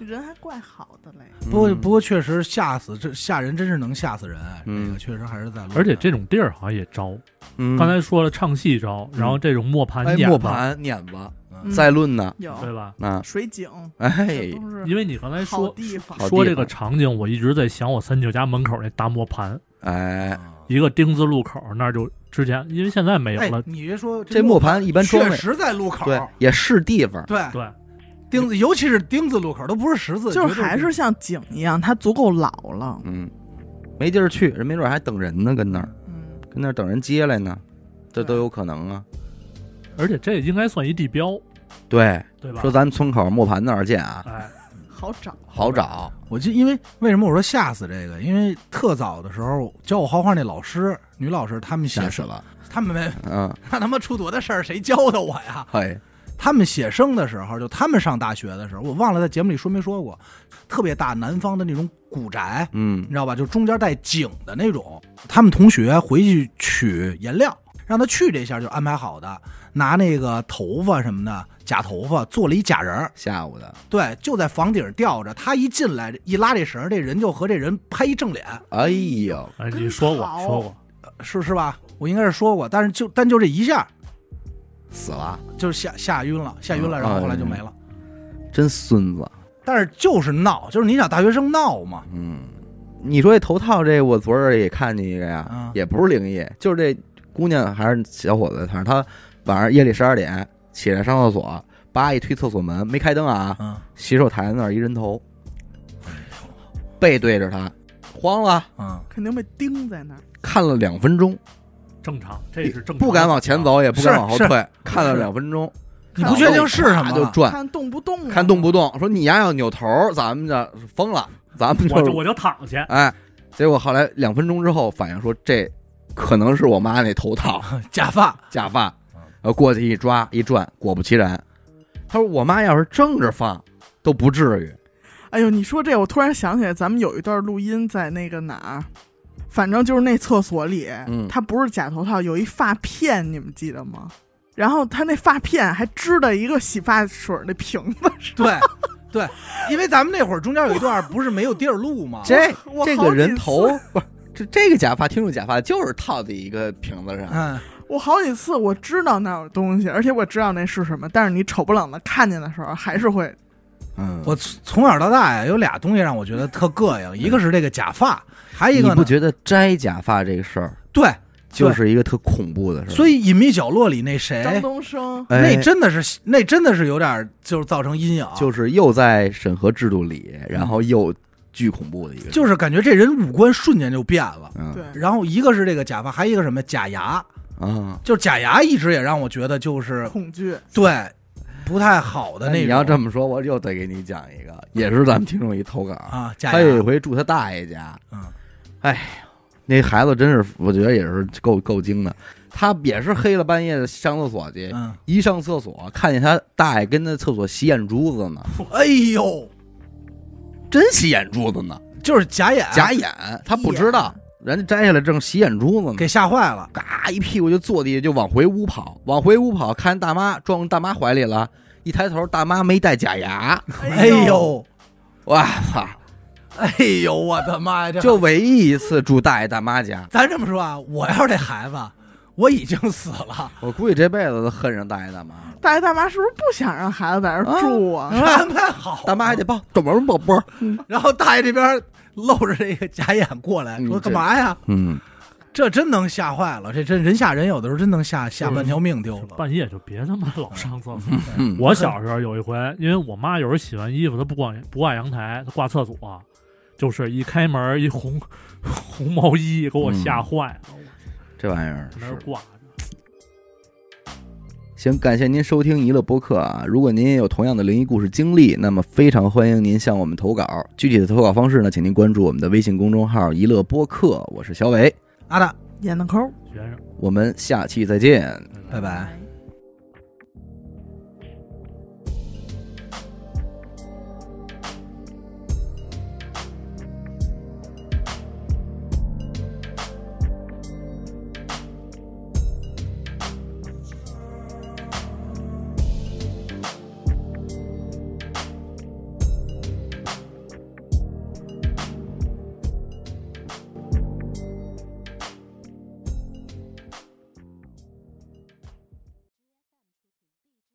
[SPEAKER 3] 人还怪好的嘞，
[SPEAKER 2] 不过
[SPEAKER 1] 嗯
[SPEAKER 2] 不过确实吓死，这吓人真是能吓死人，啊
[SPEAKER 1] 嗯
[SPEAKER 2] 这个确实还是在路上。
[SPEAKER 4] 而且这种地儿好像也招，
[SPEAKER 1] 嗯
[SPEAKER 4] 刚才说了唱戏招，然后这种磨盘
[SPEAKER 1] 哎，
[SPEAKER 4] 碾
[SPEAKER 1] 磨
[SPEAKER 4] 子，
[SPEAKER 1] 盘碾子，
[SPEAKER 2] 嗯
[SPEAKER 3] 嗯
[SPEAKER 1] 再论呢，
[SPEAKER 3] 有
[SPEAKER 4] 对吧？
[SPEAKER 1] 啊，
[SPEAKER 3] 水井，
[SPEAKER 1] 哎
[SPEAKER 3] 这，都是
[SPEAKER 4] 因为你刚才
[SPEAKER 3] 好
[SPEAKER 4] 说
[SPEAKER 3] 地方
[SPEAKER 1] 好，
[SPEAKER 4] 说这
[SPEAKER 1] 地
[SPEAKER 4] 个
[SPEAKER 1] 方
[SPEAKER 4] 场景，我一直在想我三舅家门口那大磨盘，
[SPEAKER 1] 哎，
[SPEAKER 4] 一个丁字路口那儿就之前，因为现在没有
[SPEAKER 2] 哎
[SPEAKER 4] 了，，
[SPEAKER 2] 你别说
[SPEAKER 1] 这磨盘一般装
[SPEAKER 2] 确
[SPEAKER 1] 备
[SPEAKER 2] 实在路口，
[SPEAKER 1] 对，也是地方，
[SPEAKER 2] 对
[SPEAKER 4] 对，
[SPEAKER 2] 钉子，尤其是钉子路口，都不是十字，
[SPEAKER 3] 就是
[SPEAKER 2] 绝对
[SPEAKER 3] 还是像井一样，它足够老了，
[SPEAKER 1] 嗯，没地儿去，人没准还等人呢，跟那儿
[SPEAKER 3] 嗯，
[SPEAKER 1] 跟那儿等人接来呢，这
[SPEAKER 3] 对
[SPEAKER 1] 都有可能啊。
[SPEAKER 4] 而且这应该算一地标，
[SPEAKER 1] 对，
[SPEAKER 4] 对吧？
[SPEAKER 1] 说咱们村口磨盘那儿见啊，
[SPEAKER 4] 哎，
[SPEAKER 3] 好找，
[SPEAKER 1] 好找，
[SPEAKER 2] 我记，因为为什么我说吓死这个？因为特早的时候教我画画那老师，女老师，他们写
[SPEAKER 1] 吓死
[SPEAKER 2] 生，
[SPEAKER 1] 了，
[SPEAKER 2] 他们没
[SPEAKER 1] 嗯，
[SPEAKER 2] 那他妈出多大事儿，谁教的我呀？
[SPEAKER 1] 嘿，
[SPEAKER 2] 他们写生的时候，就他们上大学的时候，我忘了在节目里说没说过，特别大南方的那种古宅，
[SPEAKER 1] 嗯
[SPEAKER 2] 你知道吧？就中间带井的那种。他们同学回去取颜料，让他去这下就安排好的，拿那个头发什么的假头发做了一假人儿，
[SPEAKER 1] 下午的，
[SPEAKER 2] 对，就在房顶吊着。他一进来一拉这绳儿，这人就和这人拍一正脸，
[SPEAKER 1] 哎呦，
[SPEAKER 4] 哎，
[SPEAKER 3] 真
[SPEAKER 4] 你说过
[SPEAKER 3] 好
[SPEAKER 4] 说过，
[SPEAKER 2] 是是吧？我应该是说过，但是就但就这一下，
[SPEAKER 1] 死了，
[SPEAKER 2] 就是吓吓晕了，吓晕了，
[SPEAKER 1] 嗯
[SPEAKER 2] 然后后来就
[SPEAKER 1] 嗯
[SPEAKER 2] 没了。
[SPEAKER 1] 真孙子，
[SPEAKER 2] 但是就是闹，就是你想大学生闹嘛，
[SPEAKER 1] 嗯，你说这头套这，我昨儿也看见一个呀，
[SPEAKER 4] 啊
[SPEAKER 2] 嗯
[SPEAKER 1] 也不是灵异，就是这姑娘还是小伙子，反正他晚上夜里十二点起来上厕所，叭一推厕所门，没开灯啊，
[SPEAKER 2] 嗯
[SPEAKER 1] 洗手台那儿一人头，
[SPEAKER 4] 哎
[SPEAKER 1] 背对着他，慌了，
[SPEAKER 2] 嗯，
[SPEAKER 3] 肯定被钉在那儿，
[SPEAKER 1] 看了两分钟，
[SPEAKER 4] 正常，这是正常，啊
[SPEAKER 1] 不敢往前，走，也不敢往后
[SPEAKER 2] 是
[SPEAKER 1] 退，看了
[SPEAKER 2] 是
[SPEAKER 1] 两分 钟，
[SPEAKER 2] 你不确定是什
[SPEAKER 1] 啪
[SPEAKER 2] 么
[SPEAKER 1] 就
[SPEAKER 2] 了
[SPEAKER 1] 转，
[SPEAKER 3] 看动不动，
[SPEAKER 1] 看动不，动，说你丫要扭头，咱们这疯了，咱们
[SPEAKER 4] 我
[SPEAKER 1] 是
[SPEAKER 4] 就我就躺下，
[SPEAKER 1] 哎，结果后来两分钟之后反应说这可能是我妈那头 套
[SPEAKER 2] 假发，
[SPEAKER 1] 假发，然后过去一抓一转，果不其然，他说我妈要是正着放都不至于。
[SPEAKER 3] 哎呦，你说这，我突然想起来，咱们有一段录音在那个哪儿。反正就是那厕所里，
[SPEAKER 1] 嗯
[SPEAKER 3] 它不是假头套，有一发片，你们记得吗？然后它那发片还支的一个洗发水的瓶子 上，
[SPEAKER 2] 对对，因为咱们那会儿中间有一段不是没有地儿录吗？
[SPEAKER 1] 这
[SPEAKER 3] 我
[SPEAKER 1] 这
[SPEAKER 3] 好
[SPEAKER 1] 个
[SPEAKER 3] 几
[SPEAKER 1] 人
[SPEAKER 3] 次
[SPEAKER 1] 头不是这这个假发，听众假发就是套在一个瓶子上，
[SPEAKER 2] 嗯，
[SPEAKER 3] 我好几次我知道那有东西，而且我知道那是什么，但是你瞅不冷的看见的时候，还是会
[SPEAKER 1] 嗯
[SPEAKER 2] 我从从小到大呀，有俩东西让我觉得特膈应，一个是这个假发，还有一
[SPEAKER 1] 你
[SPEAKER 2] 个呢
[SPEAKER 1] 不觉得摘假发这个事儿
[SPEAKER 2] 对，
[SPEAKER 1] 就是一个特恐怖的事儿？哎
[SPEAKER 2] 所
[SPEAKER 1] 以
[SPEAKER 2] 以《隐秘角落》里那
[SPEAKER 3] 张
[SPEAKER 2] 谁，
[SPEAKER 3] 东升，
[SPEAKER 2] 那啊真的是那真的是有点就是造成阴影，
[SPEAKER 1] 就是又在审核制度里，然后又巨恐怖的一个人，
[SPEAKER 2] 就是感觉这人五官瞬间就变了。
[SPEAKER 1] 嗯
[SPEAKER 3] 对，
[SPEAKER 2] 然后一个是这个假发，还有一个什么假牙，
[SPEAKER 1] 啊，
[SPEAKER 2] 就是假牙一直也让我觉得就是
[SPEAKER 3] 恐惧，
[SPEAKER 2] 对不太好的
[SPEAKER 1] 那
[SPEAKER 2] 呃那种。
[SPEAKER 1] 哎你要这么说，我又得给你讲一个，也是咱们听众一投稿，
[SPEAKER 2] 啊，假
[SPEAKER 1] 他有一
[SPEAKER 2] 牙，
[SPEAKER 1] 回住他大爷家，
[SPEAKER 2] 嗯，
[SPEAKER 1] 哎呀，那孩子真是，我觉得也是够够精的。他也是黑了半夜的上厕所去，
[SPEAKER 2] 嗯，
[SPEAKER 1] 一上厕所看见他大爷跟那厕所洗眼珠子呢，
[SPEAKER 2] 哎呦，
[SPEAKER 1] 真洗眼珠子呢，
[SPEAKER 2] 就是假眼，
[SPEAKER 1] 假眼，他不知道，人家摘下来正洗眼珠子呢，
[SPEAKER 2] 哎给吓坏了。
[SPEAKER 1] 嘎一屁股就坐地就往回屋跑，往回屋跑，看大妈撞大妈怀里了，一抬头大妈没戴假牙，
[SPEAKER 2] 哎呦，
[SPEAKER 1] 哇操！
[SPEAKER 2] 哎呦，我的妈呀！这
[SPEAKER 1] 就唯一一次住大爷大妈家，
[SPEAKER 2] 咱这么说啊，我要是这孩子，我已经死了，
[SPEAKER 1] 我估计这辈子都恨上大爷大妈了。
[SPEAKER 3] 大爷大妈是不是不想让孩子在这儿住啊？
[SPEAKER 2] 安排好。
[SPEAKER 1] 大妈还得抱，怎么抱波？
[SPEAKER 2] 然后大爷这边露着这个假眼过来，
[SPEAKER 1] 嗯
[SPEAKER 2] 说
[SPEAKER 1] 这
[SPEAKER 2] 干嘛呀？
[SPEAKER 1] 嗯，
[SPEAKER 2] 这真能吓坏了，这真人吓人，有的时候真能吓吓半条命丢了。
[SPEAKER 4] 半夜就别他妈老上厕所。
[SPEAKER 1] 嗯
[SPEAKER 4] 我小时候有一回，因为我妈有时候洗完衣服，她不挂不挂阳台，她挂厕所、就是一开门一红 红毛衣给我
[SPEAKER 1] 嗯
[SPEAKER 4] 吓坏了，
[SPEAKER 1] 这玩意儿
[SPEAKER 4] 在那儿
[SPEAKER 1] 是。
[SPEAKER 4] 挂着。
[SPEAKER 1] 行，感谢您收听娱乐播客啊！如果您也有同样的灵异故事经历，那么非常欢迎您向我们投稿。具体的投稿方式呢，请您关注我们的微信公众号“娱乐播客”，我是小伟，
[SPEAKER 2] 阿达，
[SPEAKER 3] 演的抠，
[SPEAKER 4] 学生，
[SPEAKER 1] 我们下期再见。
[SPEAKER 2] 拜拜。
[SPEAKER 3] 哎